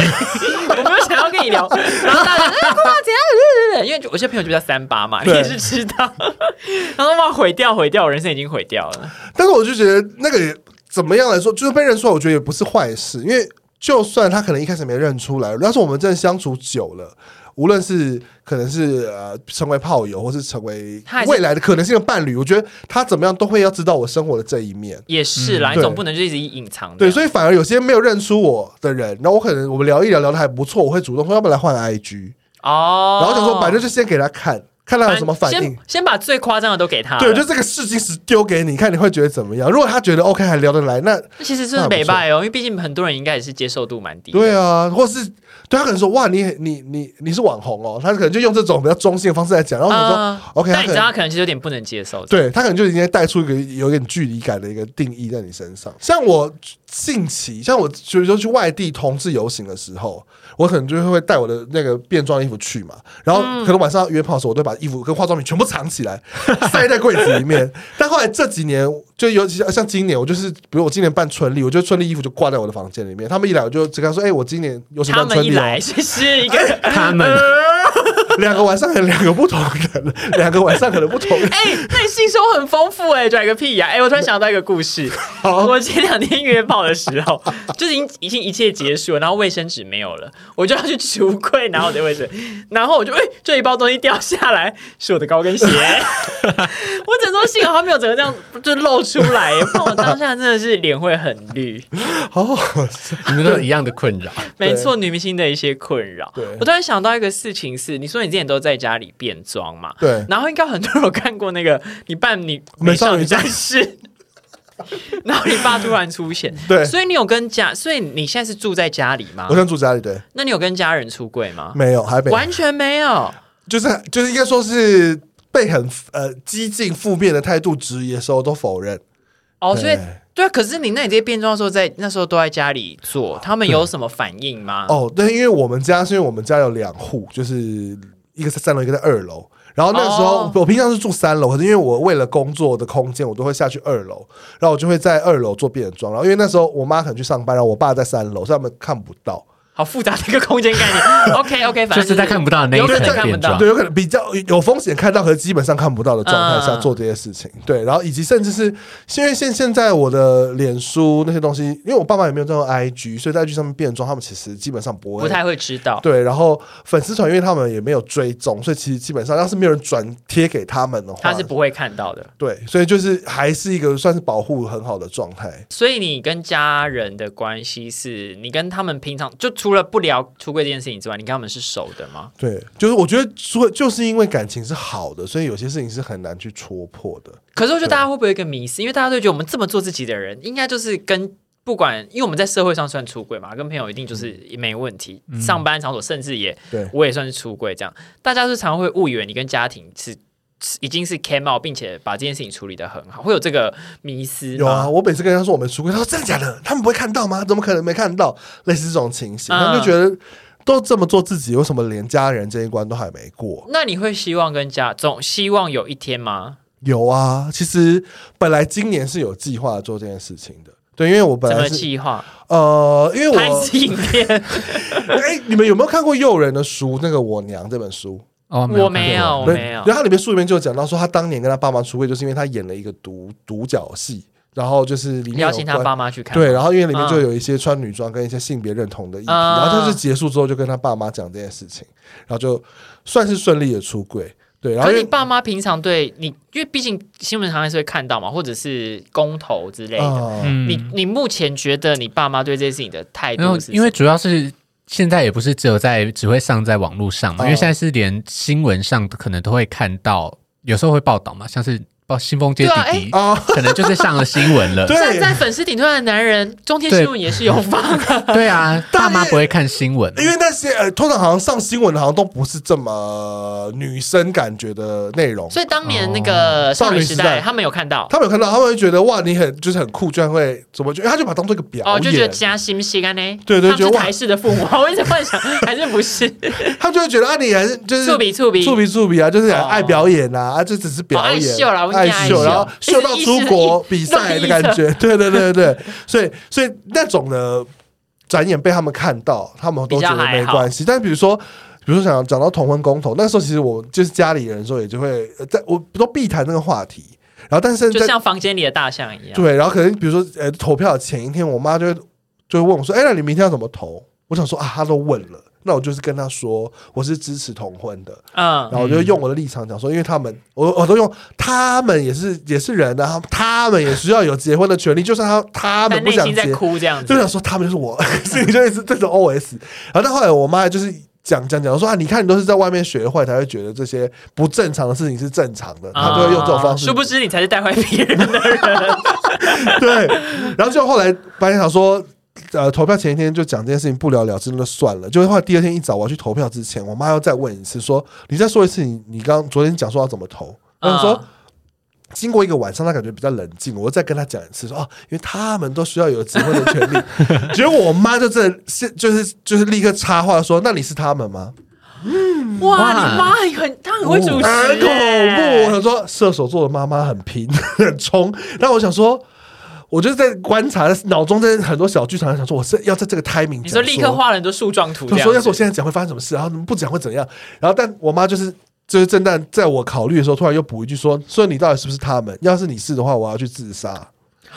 [SPEAKER 1] 我没有想要跟你聊。然后大家就哎姑妈怎样？对对对，因为就有些朋友就比较三八嘛，你
[SPEAKER 3] 对
[SPEAKER 1] 也是知道。 然后哇，毁掉毁掉，我人生已经毁掉了。
[SPEAKER 3] 但是我就觉得那个也怎么样来说，就是被认出来，我觉得也不是坏事，因为就算他可能一开始没认出来，要是我们真的相处久了。无论是可能是呃成为炮友，或是成为
[SPEAKER 1] 他还是
[SPEAKER 3] 未来的可能性的伴侣，我觉得他怎么样都会要知道我生活的这一面。
[SPEAKER 1] 也是啦，
[SPEAKER 3] 嗯
[SPEAKER 1] 你
[SPEAKER 3] 对
[SPEAKER 1] 总不能就一直隐藏
[SPEAKER 3] 对，
[SPEAKER 1] 的。
[SPEAKER 3] 所以反而有些没有认出我的人，然后我可能我们聊一聊聊的还不错，我会主动说要不要来换 IG，
[SPEAKER 1] 哦，
[SPEAKER 3] 然后想说反正就先给他看，看他有什么反应
[SPEAKER 1] 先。先把最夸张的都给他了。
[SPEAKER 3] 对，就这个试金石丢给你，看你会觉得怎么样？如果他觉得 OK 还聊得来，那
[SPEAKER 1] 那其实真的北拜哦，因为毕竟很多人应该也是接受度蛮低的。
[SPEAKER 3] 对啊，或是对他可能说哇，你你你你是网红哦，他可能就用这种比较中性的方式来讲，然后我说、
[SPEAKER 1] 啊
[SPEAKER 3] OK，
[SPEAKER 1] 但
[SPEAKER 3] 他
[SPEAKER 1] 你
[SPEAKER 3] 可
[SPEAKER 1] 知道
[SPEAKER 3] 能
[SPEAKER 1] 他可能其实有点不能接受。
[SPEAKER 3] 对他可能就已经带出一个有点距离感的一个定义在你身上。像我近期，像我比如说去外地同志游行的时候，我可能就会带我的那个便装衣服去嘛，然后
[SPEAKER 1] 嗯
[SPEAKER 3] 可能晚上约炮的时候，我都会把衣服跟化妆品全部藏 起来，塞在柜子里面。但后来这几年，就尤其像今年，我就是比如我今年办春丽，我就春丽衣服就挂在我的房间里面。他们一来，我就只跟他说：“哎、我今年有什么
[SPEAKER 1] 他
[SPEAKER 3] 办
[SPEAKER 1] 们
[SPEAKER 3] 春
[SPEAKER 1] 一
[SPEAKER 3] 丽、哦？”
[SPEAKER 1] 来就是一个，哎
[SPEAKER 2] 他们
[SPEAKER 3] 两个晚上可能两个不同人，两个晚上可能不同人。
[SPEAKER 1] 哎、那你性生活很丰富哎、拽个屁呀、哎、我突然想到一个故 事，我前两天约炮的时候，就是已经已经一切结束了，然后卫生纸没有了，我就要去橱柜拿我的卫生纸，然后我就哎、这一包东西掉下来，是我的高跟 鞋，我整说幸好它没有整个这样就露出来、哎不然我当下真的是脸会很绿。
[SPEAKER 3] 好
[SPEAKER 1] 哦
[SPEAKER 3] 好笑，
[SPEAKER 2] 你们都有一样的困 扰。
[SPEAKER 1] 没错，女明星的一些困扰
[SPEAKER 3] 对。
[SPEAKER 1] 我突然想到一个事情是，你说你之前都在家里变装嘛？
[SPEAKER 3] 对
[SPEAKER 1] 然后应该很多人有看过那个 你扮女
[SPEAKER 3] 美
[SPEAKER 1] 美
[SPEAKER 3] 少
[SPEAKER 1] 少
[SPEAKER 3] 女
[SPEAKER 1] 女
[SPEAKER 3] 战
[SPEAKER 1] 战士， 然后你爸突然出现。
[SPEAKER 3] 对
[SPEAKER 1] 所以你有跟家，所以你现在是住在家里吗
[SPEAKER 3] 我？现在住家里，对，
[SPEAKER 1] 那你有跟家人出柜吗？
[SPEAKER 3] 没有，还没，
[SPEAKER 1] 啊完全没有。
[SPEAKER 3] 就是就是应该说是被很呃激进负面的态度质疑的时候都否认。
[SPEAKER 1] 哦，所以
[SPEAKER 3] 对
[SPEAKER 1] 对啊，可是你那你这些变装的时候在那时候都在家里做，他们有什么反应吗？
[SPEAKER 3] 哦，对，因为我们家是因为我们家有两户，就是一个在三楼，一个在二楼。然后那个时候
[SPEAKER 1] 哦
[SPEAKER 3] 我平常是住三楼，可是因为我为了工作的空间，我都会下去二楼，然后我就会在二楼做变装。然后因为那时候我妈可能去上班，然后我爸在三楼，所以他们看不到。
[SPEAKER 1] 好复杂的一个空间概 念。OK OK，反
[SPEAKER 2] 就
[SPEAKER 1] 正
[SPEAKER 2] 是在看不到的那一
[SPEAKER 1] 有可
[SPEAKER 2] 层
[SPEAKER 1] 能看不
[SPEAKER 2] 变
[SPEAKER 1] 到
[SPEAKER 2] 装，
[SPEAKER 3] 对，有可能比较有风险看到，可是基本上看不到的状态下
[SPEAKER 1] 嗯
[SPEAKER 3] 做这些事情。对，然后以及甚至是因为现现在我的脸书那些东西，因为我爸妈也没有在用 IG，所以在 IG 上面变装，他们其实基本上不会。
[SPEAKER 1] 不太会知道。
[SPEAKER 3] 对，然后粉丝团因为他们也没有追踪，所以其实基本上要是没有人转贴给他们的话，
[SPEAKER 1] 他是不会看到的。
[SPEAKER 3] 对，所以就是还是一个算是保护很好的状态。
[SPEAKER 1] 所以你跟家人的关系是，你跟他们平常就除了不聊出柜这件事情之外，你跟他们是熟的吗？
[SPEAKER 3] 对，就是我觉得说就是因为感情是好的，所以有些事情是很难去戳破的。
[SPEAKER 1] 可是我觉得大家会不会有一个迷思，因为大家都觉得我们这么做自己的人，应该就是跟不管，因为我们在社会上算出柜
[SPEAKER 3] 嗯
[SPEAKER 1] 嘛，跟朋友一定就是没问题，上班场所甚至也
[SPEAKER 3] 对
[SPEAKER 1] 我也算是出柜这样。大家是常会误以为你跟家庭是是已经是 came out，并且把这件事情处理的很好，会有这个迷思
[SPEAKER 3] 有啊，
[SPEAKER 1] 吗？
[SPEAKER 3] 我每次跟他说我们出柜，他说真的假的？他们不会看到吗？怎么可能没看到？类似这种情形，
[SPEAKER 1] 嗯
[SPEAKER 3] 他们就觉得都这么做自己，为什么连家人这一关都还没过？
[SPEAKER 1] 那你会希望跟家总希望有一天吗？
[SPEAKER 3] 有啊，其实本来今年是有计划做这件事情的。对，因为我本
[SPEAKER 1] 怎
[SPEAKER 3] 来
[SPEAKER 1] 么
[SPEAKER 3] 是
[SPEAKER 1] 计划？
[SPEAKER 3] 呃，因为
[SPEAKER 1] 拍
[SPEAKER 3] 我
[SPEAKER 1] 起影片，
[SPEAKER 3] 哎、你们有没有看过诱人的书？那个《我娘》这本书，
[SPEAKER 2] 哦
[SPEAKER 1] 我没有，我
[SPEAKER 3] 对
[SPEAKER 1] 没有
[SPEAKER 3] 然。后它里面书里面就有讲到说，他当年跟他爸妈出柜，就是因为他演了一个独独角戏，然后就是里面有
[SPEAKER 1] 邀请他
[SPEAKER 3] 关
[SPEAKER 1] 爸妈去看，
[SPEAKER 3] 对，，然后因为里面就
[SPEAKER 1] 嗯
[SPEAKER 3] 有一些穿女装跟一些性别认同的议题，
[SPEAKER 1] 嗯
[SPEAKER 3] 然后他是结束之后就跟他爸妈讲这件事情，然后就算是顺利的出柜。对，然后
[SPEAKER 1] 可
[SPEAKER 3] 因
[SPEAKER 1] 是
[SPEAKER 3] 为
[SPEAKER 1] 你爸妈平常对你，因为毕竟新闻常常是会看到嘛，或者是公投之类的。
[SPEAKER 3] 啊、
[SPEAKER 2] 嗯
[SPEAKER 1] 你你目前觉得你爸妈对这件事情的态
[SPEAKER 2] 然后
[SPEAKER 1] 度是什么？
[SPEAKER 2] 因为主要是现在也不是只有在只会上在网络上
[SPEAKER 3] 哦
[SPEAKER 2] 嘛，因为现在是连新闻上可能都会看到，有时候会报道嘛，像是报新丰街弟弟，
[SPEAKER 1] 哎
[SPEAKER 3] 对
[SPEAKER 1] 哦
[SPEAKER 3] 啊
[SPEAKER 2] 可能就是上了新闻 了。
[SPEAKER 1] 站
[SPEAKER 3] 对，
[SPEAKER 1] 在粉丝顶端的男人，中天
[SPEAKER 2] 对
[SPEAKER 1] 新闻也是有放 的。
[SPEAKER 2] 对啊，
[SPEAKER 3] 但
[SPEAKER 2] 爸妈不会看新闻，
[SPEAKER 3] 因为那些呃，通常好像上新闻的，好像都不是这么女生感觉的内容。
[SPEAKER 1] 所以当年那个
[SPEAKER 3] 哦少
[SPEAKER 1] 少
[SPEAKER 3] 女
[SPEAKER 1] 女
[SPEAKER 3] 时
[SPEAKER 1] 时
[SPEAKER 3] 代
[SPEAKER 1] 代，他们有看到。
[SPEAKER 3] 他们有看到，他们会觉得哇，你很就是很酷，居然会怎么觉得？他就把它当做一个表演，
[SPEAKER 1] 哦，就觉得加心心肝呢，
[SPEAKER 3] 对对
[SPEAKER 1] 他们
[SPEAKER 3] 觉
[SPEAKER 1] 是
[SPEAKER 3] 得哇
[SPEAKER 1] 台式的父母， 我一直幻想还是不是，
[SPEAKER 3] 他们就会觉得啊，你还是就是
[SPEAKER 1] 触鼻触鼻
[SPEAKER 3] 触鼻触鼻啊，就是
[SPEAKER 1] 哦
[SPEAKER 3] 爱表演啊，啊，这只是表演，
[SPEAKER 1] 哦爱秀啦我们
[SPEAKER 3] 爱
[SPEAKER 1] 讲爱
[SPEAKER 3] 秀，
[SPEAKER 1] 秀
[SPEAKER 3] 然后秀到出国比赛的感觉， 对对对对对，所以所以那种呢，转眼被他们看到，他们都觉得没关系。但比如说。比如说想讲到同婚公投，那时候其实我就是家里人的时候也就会，呃在我都避谈那个话题。然后，但是在
[SPEAKER 1] 就像房间里的大象一样。
[SPEAKER 3] 对，然后可能比如说，呃，投票前一天，我妈就会就会问我说：“哎、那你明天要怎么投？”我想说啊，她都问了，那我就是跟她说我是支持同婚的，
[SPEAKER 1] 嗯
[SPEAKER 3] 然，后我就用我的立场讲说，因为他们，我我都用他们也是也是人啊，他们也需要有结婚的权利，就算他他
[SPEAKER 1] 但
[SPEAKER 3] 们不
[SPEAKER 1] 内
[SPEAKER 3] 想
[SPEAKER 1] 心在
[SPEAKER 3] 结，
[SPEAKER 1] 哭这样
[SPEAKER 3] 就
[SPEAKER 1] 子。
[SPEAKER 3] 想说他们就是我，所以就一直这种 OS。然后但后来我妈就是讲讲讲说啊，你看你都是在外面学坏，才会觉得这些不正常的事情是正常的，他都会用这种方式。
[SPEAKER 1] 啊殊不知你才是带坏别人的人。
[SPEAKER 3] 对，然后就后来白天想说，呃，投票前一天就讲这件事情不了了之，那就算了。就是后来第二天一早我要去投票之前，我妈要再问一次说，你再说一次你你刚昨天讲说要怎么投，然后说。
[SPEAKER 1] 啊
[SPEAKER 3] 经过一个晚上，她感觉比较冷静，我再跟她讲一次说哦，因为他们都需要有结婚的权利。结果我妈就这是就是就是立刻插话说，那你是他们吗？
[SPEAKER 1] 哇，
[SPEAKER 2] 哇
[SPEAKER 1] 你妈也很，她很会主持、
[SPEAKER 3] 很恐怖。
[SPEAKER 1] 欸，
[SPEAKER 3] 我想说，射手座的妈妈很拼 很冲，然后我想说。我就是在观察，脑中在很多小剧场，想说我是要在这个 timing
[SPEAKER 1] 你
[SPEAKER 3] 讲说
[SPEAKER 1] 说立刻画了很多树状图，
[SPEAKER 3] 就
[SPEAKER 1] 这
[SPEAKER 3] 说
[SPEAKER 1] 样
[SPEAKER 3] 要是我
[SPEAKER 1] 子。
[SPEAKER 3] 现在讲会发生什么事，然后不讲会怎样。然后，但我妈就是就是正当在我考虑的时候，突然又补一句说：“所以你到底是不是他们？要是你是的话，我要去自杀。”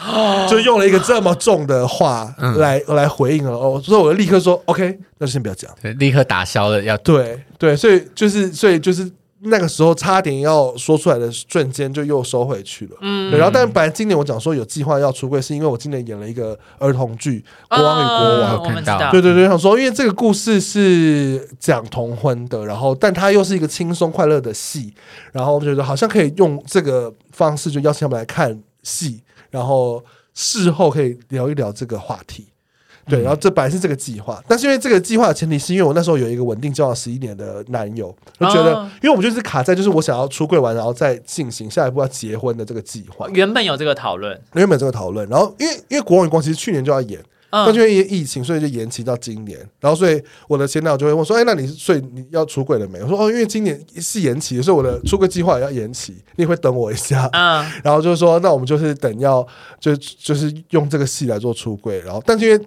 [SPEAKER 1] 哦
[SPEAKER 3] 就用了一个这么重的话来、来回应了哦，所以我就立刻说：“OK，那就先不要讲。”
[SPEAKER 2] 对立刻打消了要
[SPEAKER 3] 对对，所以就是所以就是那个时候差点要说出来的瞬间，就又收回去了。嗯，然后但本来今年我讲说有计划要出柜，是因为我今年演了一个儿童剧《国王与国王》
[SPEAKER 1] 啊我们知道
[SPEAKER 2] 看到
[SPEAKER 3] 对对对，想说，因为这个故事是讲同婚的，然后但它又是一个轻松快乐的戏，然后我觉得好像可以用这个方式就邀请他们来看戏，然后事后可以聊一聊这个话题。
[SPEAKER 1] 嗯
[SPEAKER 3] 对，然后这本来是这个计划，但是因为这个计划的前提是因为我那时候有一个稳定交往十一年的男友，就觉得，
[SPEAKER 1] 哦
[SPEAKER 3] 因为我们就是卡在就是我想要出柜完，然后再进行下一步要结婚的这个计划，
[SPEAKER 1] 原本有这个讨论，
[SPEAKER 3] 原本这个讨论，然后因为因为国王与光其实去年就要演，但
[SPEAKER 1] 嗯
[SPEAKER 3] 就因为疫情，所以就延期到今年。然后，所以我的前男友就会问说：“哎，那你所以你要出轨了没？”我说：“哦，因为今年是延期，所以我的出轨计划也要延期，你会等我一 下。
[SPEAKER 1] 嗯，
[SPEAKER 3] 然后就是说，那我们就是等要就就是用这个戏来做出轨。然后，但是因为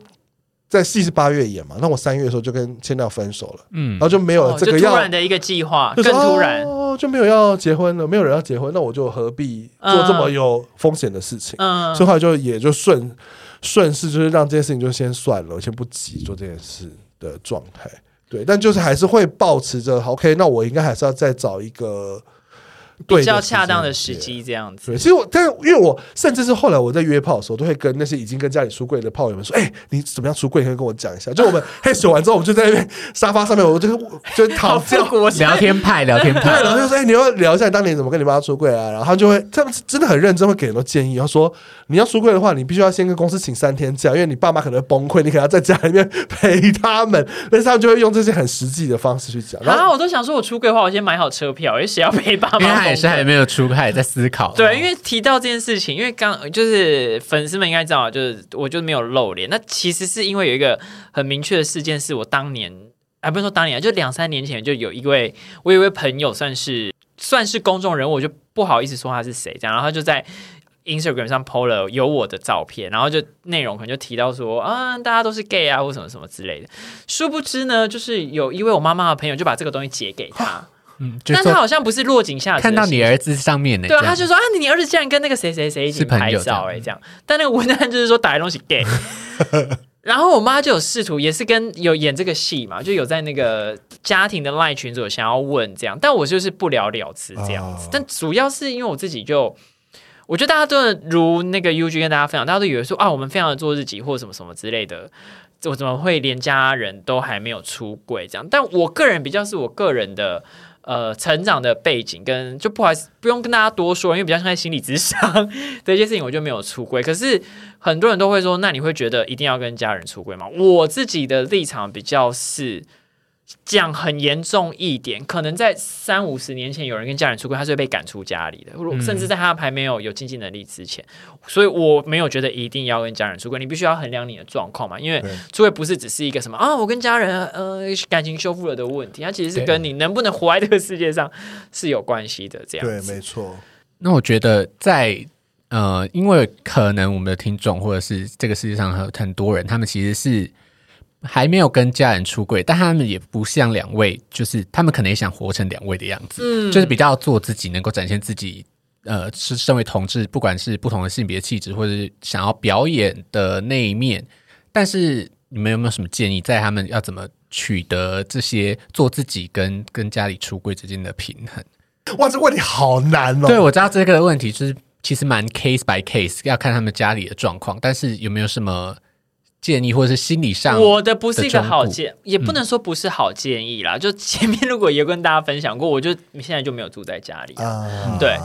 [SPEAKER 3] 在戏是八月演嘛，那我三月的时候就跟前男友分手了，
[SPEAKER 2] 嗯
[SPEAKER 3] 然，后就没有
[SPEAKER 1] 哦
[SPEAKER 3] 呃了这
[SPEAKER 1] 就
[SPEAKER 3] 个
[SPEAKER 1] 突
[SPEAKER 3] 要
[SPEAKER 1] 然的一个计划，
[SPEAKER 3] 就
[SPEAKER 1] 更
[SPEAKER 3] 是
[SPEAKER 1] 突然，
[SPEAKER 3] 哦，就没有要结婚了，没有人要结婚，那我就何必做这么
[SPEAKER 1] 嗯
[SPEAKER 3] 有风险的事情？
[SPEAKER 1] 嗯，
[SPEAKER 3] 所以后来就也就顺顺势，就是让这件事情就先算了，我先不急做这件事的状态。对，但就是还是会保持着好 OK，那我应该还是要再找一个对
[SPEAKER 1] 比较恰当
[SPEAKER 3] 的
[SPEAKER 1] 的
[SPEAKER 3] 时
[SPEAKER 1] 时
[SPEAKER 3] 间点。
[SPEAKER 1] 机这样子。
[SPEAKER 3] 对，其实我，但因为我甚至是后来我在约炮的时候，都会跟那些已经跟家里出柜的炮友们说：“哎、你怎么样出柜？可以跟我讲一下。”就我们 嘿咻完之后，我们就在那边沙发上面，我就 就讨
[SPEAKER 1] 好复
[SPEAKER 3] 教，
[SPEAKER 1] 古，我
[SPEAKER 2] 聊天派聊天
[SPEAKER 3] 对，
[SPEAKER 2] 派，
[SPEAKER 3] 然后就说：“哎、你要聊一下你当年怎么跟你妈出柜啊？”然后他就会，他们真的很认真，会给很多建议。他说：“你要出柜的话，你必须要先跟公司请三天假，因为你爸妈可能会崩溃，你可能要在家里面陪他们。”但是他们就会用这些很实际的方式去讲。然
[SPEAKER 1] 啊，
[SPEAKER 3] 后
[SPEAKER 1] 我都想说，我出柜的话，我先买好车票，因为谁要陪爸妈？
[SPEAKER 2] 因为他也是还没有出，他也在思考。
[SPEAKER 1] 对，因为提到这件事情，因为刚就是粉丝们应该知道，就是我就没有露脸。那其实是因为有一个很明确的事件，是我当年，啊，不是说当年，就两三年前就有一位我有一位朋友算是算是公众人物，我就不好意思说他是谁，这样，然后他就在。Instagram 上 PO 了有我的照片，然后就内容可能就提到说啊，大家都是 gay 啊，或什么什么之类的。殊不知呢，就是有一位我妈妈的朋友就把这个东西截给他，
[SPEAKER 2] 嗯， 就
[SPEAKER 1] 但他
[SPEAKER 2] 说
[SPEAKER 1] 好像不是落井下石的
[SPEAKER 2] 看到你
[SPEAKER 1] 形
[SPEAKER 2] 儿子上面呢，
[SPEAKER 1] 对啊，
[SPEAKER 2] 这样
[SPEAKER 1] 他就说啊，你儿子竟然跟那个谁谁谁一起
[SPEAKER 2] 是朋友
[SPEAKER 1] 拍
[SPEAKER 2] 这
[SPEAKER 1] 照
[SPEAKER 2] 样
[SPEAKER 1] 哎、欸，这样。但那个文案就是说打的东西 gay。然后我妈就有试图，也是跟有演这个戏嘛，就有在那个家庭的赖群组有想要问这样，但我就是不了了之这样子。
[SPEAKER 3] 哦
[SPEAKER 1] 但主要是因为我自己就，我觉得大家真的如那个 UG 跟大家分享，大家都以为说啊，我们非常的做日记或什么什么之类的，我怎么会连家人都还没有出柜这样？但我个人比较是我个人的。呃，成长的背景跟就不好意思，不用跟大家多说，因为比较像在心理智商的一些事情，我就没有出柜。可是很多人都会说，那你会觉得一定要跟家人出柜吗？我自己的立场比较是讲很严重一点，可能在三五十年前，有人跟家人出柜，他是会被赶出家里的，如甚至在他还没有有经济能力之前，所以我没有觉得一定要跟家人出柜，你必须要衡量你的状况嘛，因为
[SPEAKER 3] 对
[SPEAKER 1] 出柜不是只是一个什么啊，我跟家人呃感情修复了的问题，它其实是
[SPEAKER 2] 对
[SPEAKER 1] 跟你能不能活在这个世界上是有关系的，这
[SPEAKER 3] 对
[SPEAKER 1] 样，子。
[SPEAKER 3] 没错，
[SPEAKER 2] 那我觉得在呃，因为可能我们的听众或者是这个世界上很很多人，他们其实是还没有跟家人出柜，但他们也不像两位，就是他们可能也想活成两位的样子，
[SPEAKER 1] 嗯
[SPEAKER 2] 就是比较做自己，能够展现自己。呃，是身为同志，不管是不同的性别气质，或者是想要表演的那一面，但是你们有没有什么建议，在他们要怎么取得这些做自己跟跟家里出柜之间的平衡？
[SPEAKER 3] 哇，这问题好难哦。
[SPEAKER 2] 对，我知道这个问题就是其实蛮 case by case，要看他们家里的状况，但是有没有什么建议，或者是心理上
[SPEAKER 1] 我的不是一个好
[SPEAKER 2] 的
[SPEAKER 1] 建，也
[SPEAKER 3] 嗯
[SPEAKER 1] 不能说不是好建议啦。就前面如果也跟大家分享过，我就现在就没有住在家里啊、
[SPEAKER 3] 啊，
[SPEAKER 1] 对，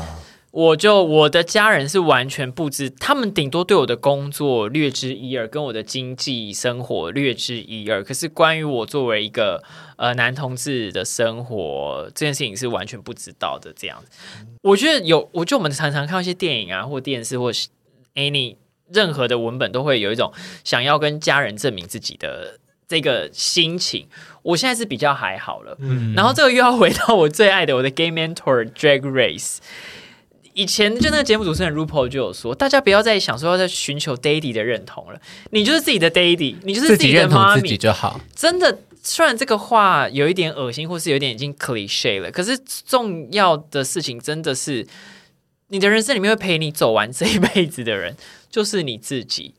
[SPEAKER 1] 我就我的家人是完全不知，他们顶多对我的工作略知一二，跟我的经济生活略知一二。可是关于我作为一个呃男同志的生活这件事情是完全不知道的。这样子，我觉得有，我觉得我们常常看到一些电影啊，或电视，或是 any 任何的文本，都会有一种想要跟家人证明自己的这个心情。我现在是比较还好了，
[SPEAKER 2] 嗯
[SPEAKER 1] 然后这个又要回到我最爱的我的 gay mentor Drag Race。以前就那个节目主持人 RuPaul 就有说，大家不要再想说要再寻求 daddy 的认同了，你就是自己的 daddy，你就是
[SPEAKER 2] 自
[SPEAKER 1] 己
[SPEAKER 2] 己
[SPEAKER 1] 的
[SPEAKER 2] 认同
[SPEAKER 1] 妈
[SPEAKER 2] 自
[SPEAKER 1] 咪
[SPEAKER 2] 己，就好。
[SPEAKER 1] 真的，虽然这个话有一点恶心，或是有点已经 cliche 了，可是重要的事情真的是，你的人生里面会陪你走完这一辈子的人就是你自己，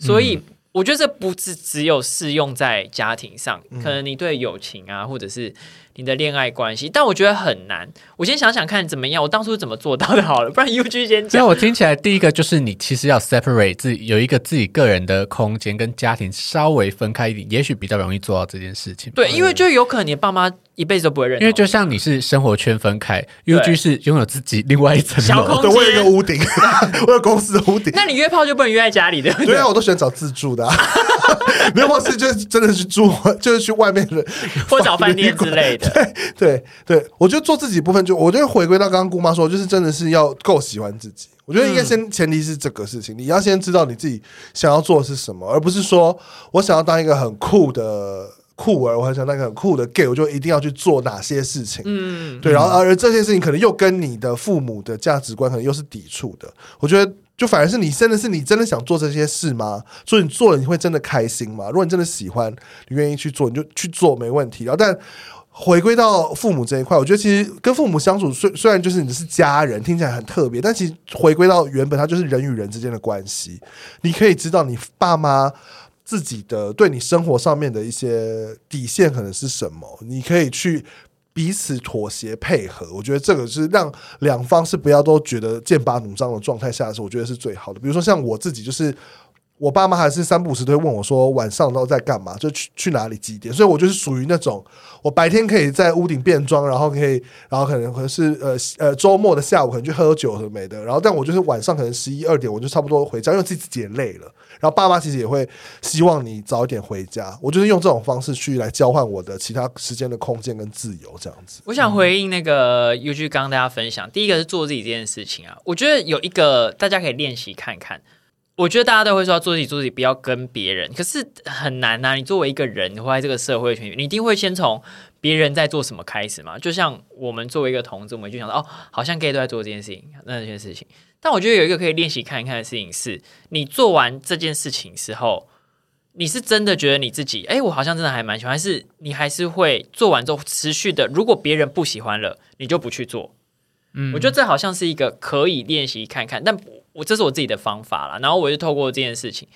[SPEAKER 1] 所以。我觉得这不只只有适用在家庭上，可能你对友情啊，或者是你的恋爱关系，但我觉得很难。我先想想看怎么样，我当初怎么做到的好了，不 然 U G 先
[SPEAKER 2] 所以
[SPEAKER 1] 讲。
[SPEAKER 2] 我听起来，第一个就是你其实要 separate 自己有一个自己个人的空间，跟家庭稍微分开一点，也许比较容易做到这件事情。
[SPEAKER 1] 对，因为就有可能你爸妈一辈子都不会认同你，
[SPEAKER 2] 因为就像你是生活圈分开
[SPEAKER 1] 对
[SPEAKER 2] ，UG 是拥有自己另外一层
[SPEAKER 1] 小
[SPEAKER 2] 楼。
[SPEAKER 1] 空
[SPEAKER 3] 对，我有一个
[SPEAKER 1] 间。
[SPEAKER 3] 屋顶， 我有公司的屋顶。
[SPEAKER 1] 那你约炮就不能约在家里的，
[SPEAKER 3] 对啊，我都喜欢找自助的、啊， 没有，或是就是真的去住，就是去外面的
[SPEAKER 1] 或找饭店之类的。
[SPEAKER 3] 对对，我觉得做自己部分就，我觉得回归到刚刚姑妈说，就是真的是要够喜欢自己。我觉得应该先前提是这个事情，你要先知道你自己想要做的是什么，而不是说我想要当一个很酷的酷儿，我很想当一个很酷的 gay，我就一定要去做哪些事情。
[SPEAKER 1] 嗯，
[SPEAKER 3] 对，然后而这些事情可能又跟你的父母的价值观可能又是抵触的。我觉得。就反而是你真的是你真的想做这些事吗？所以你做了你会真的开心吗？如果你真的喜欢，你愿意去做，你就去做没问题。然后但回归到父母这一块，我觉得其实跟父母相处虽虽然就是你是家人，听起来很特别，但其实回归到原本，它就是人与人之间的关系。你可以知道你爸妈自己的对你生活上面的一些底线可能是什么，你可以去。彼此妥协配合，我觉得这个是让两方是不要都觉得剑拔弩张的状态下的时候，我觉得是最好的。比如说像我自己，就是我爸妈还是三不五时都会问我说晚上都在干嘛，就去去哪里几点，所以我就是属于那种我白天可以在屋顶变装，然后可以，然后可能可能是呃呃周末的下午可能去喝酒什么没的，然后但我就是晚上可能十一二点我就差不多回家，因为自己自己也累了，然后爸妈其实也会希望你早一点回家，我就是用这种方式去来交换我的其他时间的空间跟自由这样子。
[SPEAKER 1] 我想回应那个 UG 刚刚大家分享，第一个是做自己这件事情啊，我觉得有一个大家可以练习看看。我觉得大家都会说要做自己，做自己，不要跟别人。可是很难呐、啊你作为一个人活在这个社会群里，你一定会先从别人在做什么开始嘛。就像我们作为一个同志，我们就想到哦，好像 gay 都在做这件事情，那件事情。但我觉得有一个可以练习看一看的事情是，你做完这件事情之后，你是真的觉得你自己，哎、我好像真的还蛮喜欢，还是你还是会做完之后持续的？如果别人不喜欢了，你就不去做。嗯，我觉得这好像是一个可以练习看看，但我这是我自己的方法啦。然后我就透过这件事情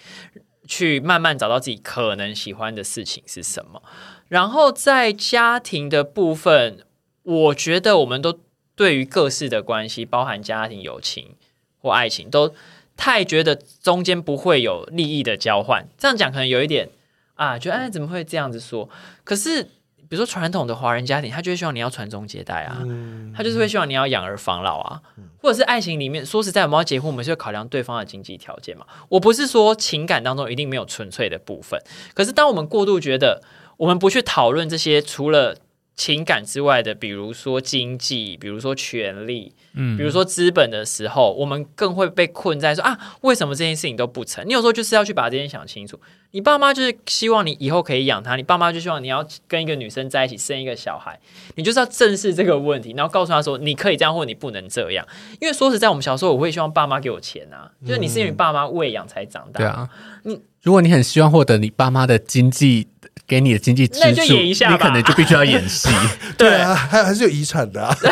[SPEAKER 1] 去慢慢找到自己可能喜欢的事情是什么。然后在家庭的部分，我觉得我们都对于各式的关系，包含家庭、友情或爱情，都太觉得中间不会有利益的交换。这样讲可能有一点啊，觉得哎怎么会这样子说？可是比如说传统的华人家庭，他就会希望你要传宗接代啊，他就是会希望你要养儿防老啊，或者是爱情里面说实在，我们要结婚，我们是会考量对方的经济条件嘛。我不是说情感当中一定没有纯粹的部分，可是当我们过度觉得我们不去讨论这些除了情感之外的，比如说经济，比如说权利，
[SPEAKER 2] 嗯
[SPEAKER 1] 比如说资本的时候，我们更会被困在说啊，为什么这件事情都不成？你有时候就是要去把这件事想清楚。你爸妈就是希望你以后可以养他，你爸妈就希望你要跟一个女生在一起生一个小孩，你就是要正视这个问题，然后告诉他说你可以这样或你不能这样。因为说实在，我们小时候我会希望爸妈给我钱啊，就是你是因为爸妈喂养才长大，
[SPEAKER 2] 嗯对啊，如果你很希望获得你爸妈的经济给你的经济支
[SPEAKER 1] 那
[SPEAKER 2] 柱，
[SPEAKER 1] 就演一下
[SPEAKER 2] 你
[SPEAKER 1] 吧
[SPEAKER 2] 可能就必须要演戏。
[SPEAKER 1] 对
[SPEAKER 3] 啊，还还是有遗产的啊。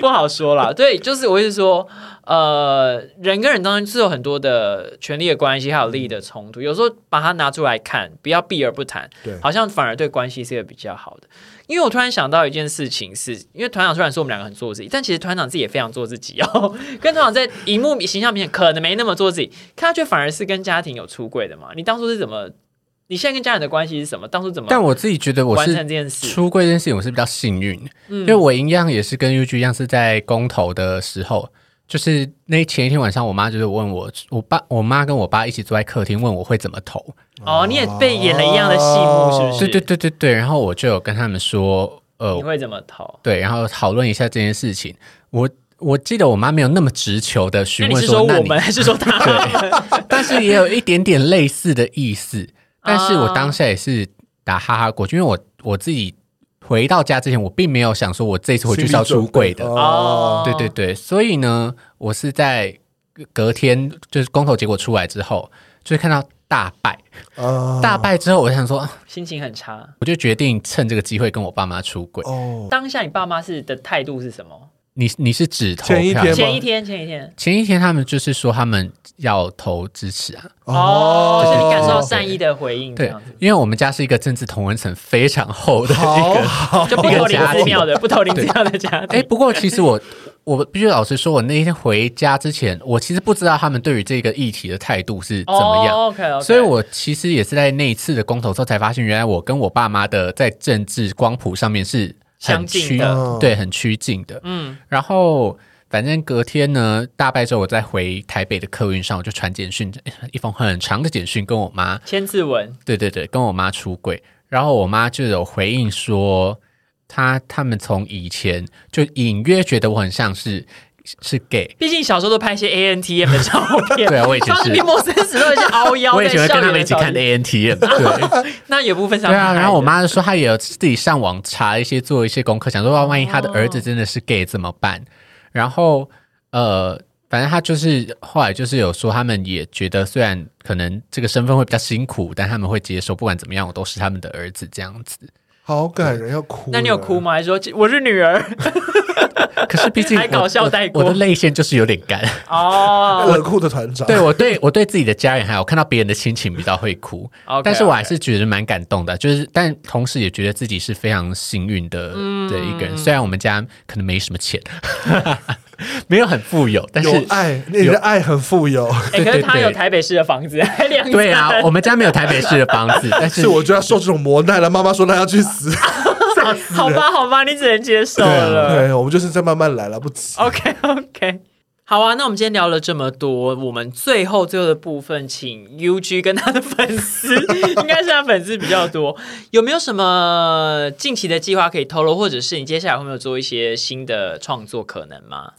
[SPEAKER 1] 不好说啦。对，就是我一直说，呃，人跟人当中是有很多的权利的关系，还有利益的冲突。有时候把它拿出来看，不要避而不谈，
[SPEAKER 3] 对
[SPEAKER 1] 好像反而对关系是一个比较好的。因为我突然想到一件事情是，因为团长虽然说我们两个很做自己，但其实团长自己也非常做自己哦。 跟团长在荧幕形象面前可能没那么做自己，可他却反而是跟家庭有出柜的嘛。你当初是怎么？你现在跟家人的关系是什么？当初怎么
[SPEAKER 2] 但我自己觉得我
[SPEAKER 1] 完成
[SPEAKER 2] 是
[SPEAKER 1] 这件事？
[SPEAKER 2] 出柜这件事情，我是比较幸运，
[SPEAKER 1] 嗯
[SPEAKER 2] 因为我一样也是跟 UG 一样是在公投的时候，就是那前一天晚上，我妈就是问我，我爸、我妈跟我爸一起坐在客厅，问我会怎么投。
[SPEAKER 1] 哦，你也被演了一样的戏幕，是不是？
[SPEAKER 2] 哦对对对对对，然后我就有跟他们说，
[SPEAKER 1] 你
[SPEAKER 2] 呃，
[SPEAKER 1] 会怎么投？
[SPEAKER 2] 对，然后讨论一下这件事情。我我记得我妈没有那么直球的
[SPEAKER 1] 那
[SPEAKER 2] 询
[SPEAKER 1] 你
[SPEAKER 2] 问
[SPEAKER 1] 是说
[SPEAKER 2] 那
[SPEAKER 1] 我
[SPEAKER 2] 你
[SPEAKER 1] 们，还是说 他们？
[SPEAKER 2] 但是也有一点点类似的意思。但是我当下也是打哈哈过去，因为我我自己回到家之前，我并没有想说 我这次回去是要出柜的。
[SPEAKER 1] 哦，
[SPEAKER 2] 对对对，所以呢，我是在隔天就是公投结果出来之后，就会看到大败，
[SPEAKER 3] 啊
[SPEAKER 2] 大败之后，我想说，啊
[SPEAKER 1] 心情很差。
[SPEAKER 2] 我就决定趁这个机会跟我爸妈出轨。
[SPEAKER 3] 哦，
[SPEAKER 1] 当下你爸妈是的态度是什么？
[SPEAKER 2] 你你是指投
[SPEAKER 3] 前一
[SPEAKER 2] 票
[SPEAKER 3] 天吗
[SPEAKER 1] 前一天，前一天，
[SPEAKER 2] 前一天他们就是说他们要投支持啊，
[SPEAKER 1] 哦，就是你感受到
[SPEAKER 3] 哦
[SPEAKER 1] 善意的回应，这
[SPEAKER 2] 对
[SPEAKER 1] 样子，，
[SPEAKER 2] 因为我们家是一个政治同文层非常厚的一
[SPEAKER 3] 好
[SPEAKER 2] 个。
[SPEAKER 1] 就不投林
[SPEAKER 2] 一个家
[SPEAKER 1] 寺
[SPEAKER 2] 庭
[SPEAKER 1] 庙的，不投林寺庙的家
[SPEAKER 2] 哎，
[SPEAKER 1] 庭。
[SPEAKER 2] 不过其实我 我必须老实说，我那一天回家之前，我其实不知道他们对于这个议题的态度是
[SPEAKER 1] 哦
[SPEAKER 2] 怎么样。
[SPEAKER 1] o k
[SPEAKER 2] 所以，我其实也是在那一次的公投之后，才发现原来我跟我爸妈的在政治光谱上面是
[SPEAKER 1] 相
[SPEAKER 2] 很
[SPEAKER 1] 近
[SPEAKER 2] 趋
[SPEAKER 1] 的
[SPEAKER 3] 哦
[SPEAKER 2] 对，很趋近的。
[SPEAKER 1] 嗯，
[SPEAKER 2] 然后，反正隔天呢，大败之后，我再回台北的客运上，我就传简讯， 一封很长的简讯跟我妈，
[SPEAKER 1] 千字文，
[SPEAKER 2] 对对对，跟我妈出轨。然后我妈就有回应说，她他们从以前就隐约觉得我很像是是 gay，
[SPEAKER 1] 毕竟小时候都拍一些 ANTM 的照片，
[SPEAKER 2] 对啊我以前是
[SPEAKER 1] 像一莫森史都一些哦凹腰，
[SPEAKER 2] 我以前会
[SPEAKER 1] 在
[SPEAKER 2] 跟
[SPEAKER 1] 校
[SPEAKER 2] 他们
[SPEAKER 1] 园
[SPEAKER 2] 一
[SPEAKER 1] 的
[SPEAKER 2] 起
[SPEAKER 1] 照片
[SPEAKER 2] 看 A N T M，对。
[SPEAKER 1] 那有部分上
[SPEAKER 2] 对啊，然后我
[SPEAKER 1] 妈
[SPEAKER 2] 妈就说她也有自己上网查一些做一些功课，想说哇万一她的儿子真的是 gay 怎么办？然后呃，反正她就是后来就是有说，他们也觉得虽然可能这个身份会比较辛苦，但他们会接受，不管怎么样，我都是他们的儿子这样子。
[SPEAKER 3] 好感人，要哭。
[SPEAKER 1] 那你有哭？吗？还是说这我是女儿？
[SPEAKER 2] 可是毕竟
[SPEAKER 1] 还搞
[SPEAKER 2] 我
[SPEAKER 1] 笑
[SPEAKER 2] 我
[SPEAKER 1] 带
[SPEAKER 2] 我
[SPEAKER 1] 过
[SPEAKER 2] 的泪腺就是有点 干。
[SPEAKER 1] 哦
[SPEAKER 3] 冷酷的团长，
[SPEAKER 2] 对我对我对自己的家人还有看到别人的亲情比较会哭
[SPEAKER 1] OK，哎
[SPEAKER 2] 但是我还是觉得蛮感动的，就是但同时也觉得自己是非常幸运的、
[SPEAKER 1] 嗯
[SPEAKER 2] 的一个人。虽然我们家可能没什么钱， 没有很富有，但是
[SPEAKER 1] 啊
[SPEAKER 3] 有爱，你的爱很富有，
[SPEAKER 1] 哎，
[SPEAKER 2] 对
[SPEAKER 1] 可是
[SPEAKER 2] 对
[SPEAKER 1] 他
[SPEAKER 2] 对
[SPEAKER 1] 有台北市的房子，还两层
[SPEAKER 2] 对 啊，我们家没有台北市的房子，但是
[SPEAKER 3] 是我就要受这种磨难了。妈妈说那要去死，
[SPEAKER 1] 好吧，好吧，你只能接受
[SPEAKER 3] 对啊，
[SPEAKER 1] 了。
[SPEAKER 3] 对，我们就是在慢慢来了，不急。
[SPEAKER 1] OK OK，好啊，那我们今天聊了这么多，我们最后最后的部分，请 UG 跟他的粉丝，应该是他粉丝比较多， 有没有什么近期的计划可以透露，或者是你接下来会没有做一些新的创作可能吗？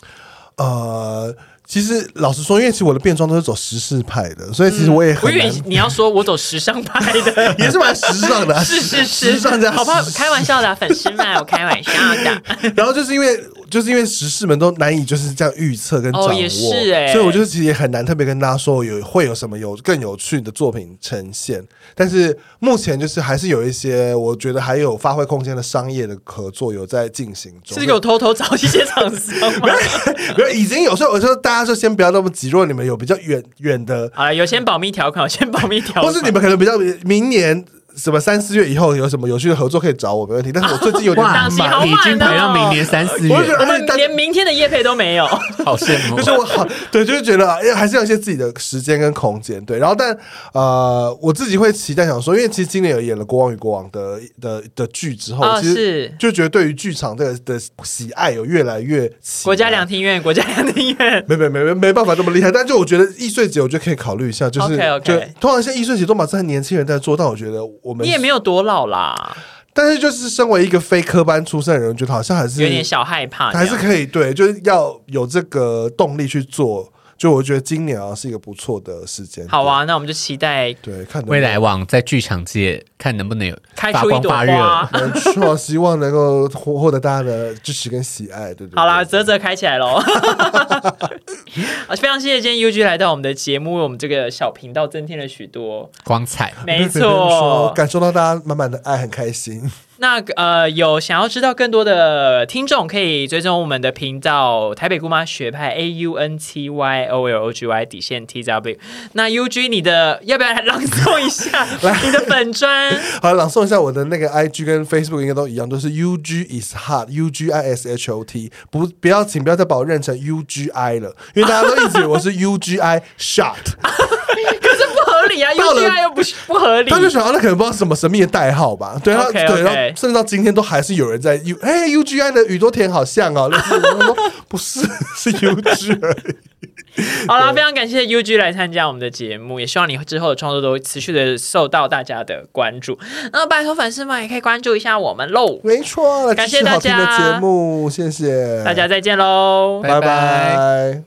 [SPEAKER 3] 呃，其实老实说，因为其实我的变装都是走时事派的，所以其实我也
[SPEAKER 1] 嗯我
[SPEAKER 3] 很
[SPEAKER 1] 以为
[SPEAKER 3] 难，。
[SPEAKER 1] 你 要说我走时尚派的
[SPEAKER 3] 也是蛮时尚的啊，
[SPEAKER 1] 是是
[SPEAKER 3] 时
[SPEAKER 1] 是，
[SPEAKER 3] 尚加
[SPEAKER 1] 好不好
[SPEAKER 3] 时？
[SPEAKER 1] 开玩笑的啊、粉丝们，我开玩笑 的。
[SPEAKER 3] 然后就是因为就是因为时事们都难以就是这样预测跟掌握，
[SPEAKER 1] 哦也是欸
[SPEAKER 3] 所以我就是其实也很难特别跟大家说有会有什么有更有趣的作品呈现。但是目前就是还是有一些我觉得还有发挥空间的商业的合作有在进行中，
[SPEAKER 1] 是有偷偷找一些厂商吗？
[SPEAKER 3] 没有已经有时候我说大家就先不要那么急，如果你们有比较远远的，
[SPEAKER 1] 好了，有先保密条款，有先保密条 款。
[SPEAKER 3] 或是你们可能比较明年。什么三四月以后有什么有趣的合作可以找我没问题，但是我最近有点
[SPEAKER 2] 哇，
[SPEAKER 1] 档期好
[SPEAKER 2] 你已经
[SPEAKER 1] 满哦
[SPEAKER 2] 排到明年三四月
[SPEAKER 3] 我，觉得
[SPEAKER 1] 我
[SPEAKER 3] 哎
[SPEAKER 1] 们
[SPEAKER 3] 大
[SPEAKER 1] 连明天的夜配都没 有。
[SPEAKER 2] 好羡慕
[SPEAKER 3] 就。是我好，对，就是觉得哎还是有一些自己的时间跟空间，对。然后但呃，我自己会期待想说，因为其实今年有演了《国王与国王的》的的剧之后，
[SPEAKER 1] 哦
[SPEAKER 3] 其实
[SPEAKER 1] 是
[SPEAKER 3] 就觉得对于剧场这个的喜爱有越来越起来
[SPEAKER 1] 国家两厅院，国家两厅院。
[SPEAKER 3] 没没没没没办法那么厉害，但就我觉得易碎节，我觉得可以考虑一下，就是
[SPEAKER 1] OK，OK
[SPEAKER 3] 就通常像易碎节都把这些年轻人在做，但我觉得我们
[SPEAKER 1] 你也没有多老啦，
[SPEAKER 3] 但是就是身为一个非科班出身的人，我觉得好像还是
[SPEAKER 1] 有点小害怕这
[SPEAKER 3] 还
[SPEAKER 1] 样。
[SPEAKER 3] 是可以，对，就是要有这个动力去做。就我觉得今年啊是一个不错的时间，
[SPEAKER 1] 好，啊，那我们就期待
[SPEAKER 3] 对，看能不能
[SPEAKER 2] 未来网在剧场界看能不能有
[SPEAKER 1] 开
[SPEAKER 2] 发
[SPEAKER 1] 出一
[SPEAKER 2] 光
[SPEAKER 1] 朵
[SPEAKER 2] 发热。
[SPEAKER 1] 花。
[SPEAKER 3] 没错，希望能够获获得大家的支持跟喜爱，对对对
[SPEAKER 1] 好啦，泽泽开起来喽！ 好非常谢谢今天 UG 来到我们的节目，为我们这个小频 道增添了许多。
[SPEAKER 2] 光彩。
[SPEAKER 1] 没
[SPEAKER 3] 随便说
[SPEAKER 1] 错，
[SPEAKER 3] 感受到大家满满的爱，很开心。
[SPEAKER 1] 那呃，有想要知道更多的听众，可以追踪我们的频道“台北姑妈学派 A U N T Y O L O G Y 底线 T W”。那 U G，你的要不要来朗诵一 下你的粉砖？
[SPEAKER 3] 好，朗诵一下我的那个 IG 跟 Facebook 应该都一样，都是 U G is hot U G I S H O T，不不要请不要再把我认成 U G I 了，因为大家都一直以为我是 U G I shot，
[SPEAKER 1] 可是不合理啊
[SPEAKER 3] 到
[SPEAKER 1] ，U
[SPEAKER 3] 了
[SPEAKER 1] G I 又不是不合理
[SPEAKER 3] 他。就想到那可能不知道什么神秘的代号吧，对，他
[SPEAKER 1] OK，OK
[SPEAKER 3] 对，然后甚至到今天都还是有人在 U 哎 U G I 的宇多田好像 哦，类似我就说不是 是 U G 而已。
[SPEAKER 1] 好啦，非常感谢 U G 来参加我们的节目，也希望你之后的创作都持续的受到大家的关注。那拜托粉丝们也可以关注一下我们喽，
[SPEAKER 3] 没错，来啊
[SPEAKER 1] 感
[SPEAKER 3] 支
[SPEAKER 1] 谢
[SPEAKER 3] 持
[SPEAKER 1] 大
[SPEAKER 3] 好听的
[SPEAKER 1] 家
[SPEAKER 3] 节目，谢谢
[SPEAKER 1] 大家再见喽，
[SPEAKER 3] 拜
[SPEAKER 2] 拜
[SPEAKER 3] 拜。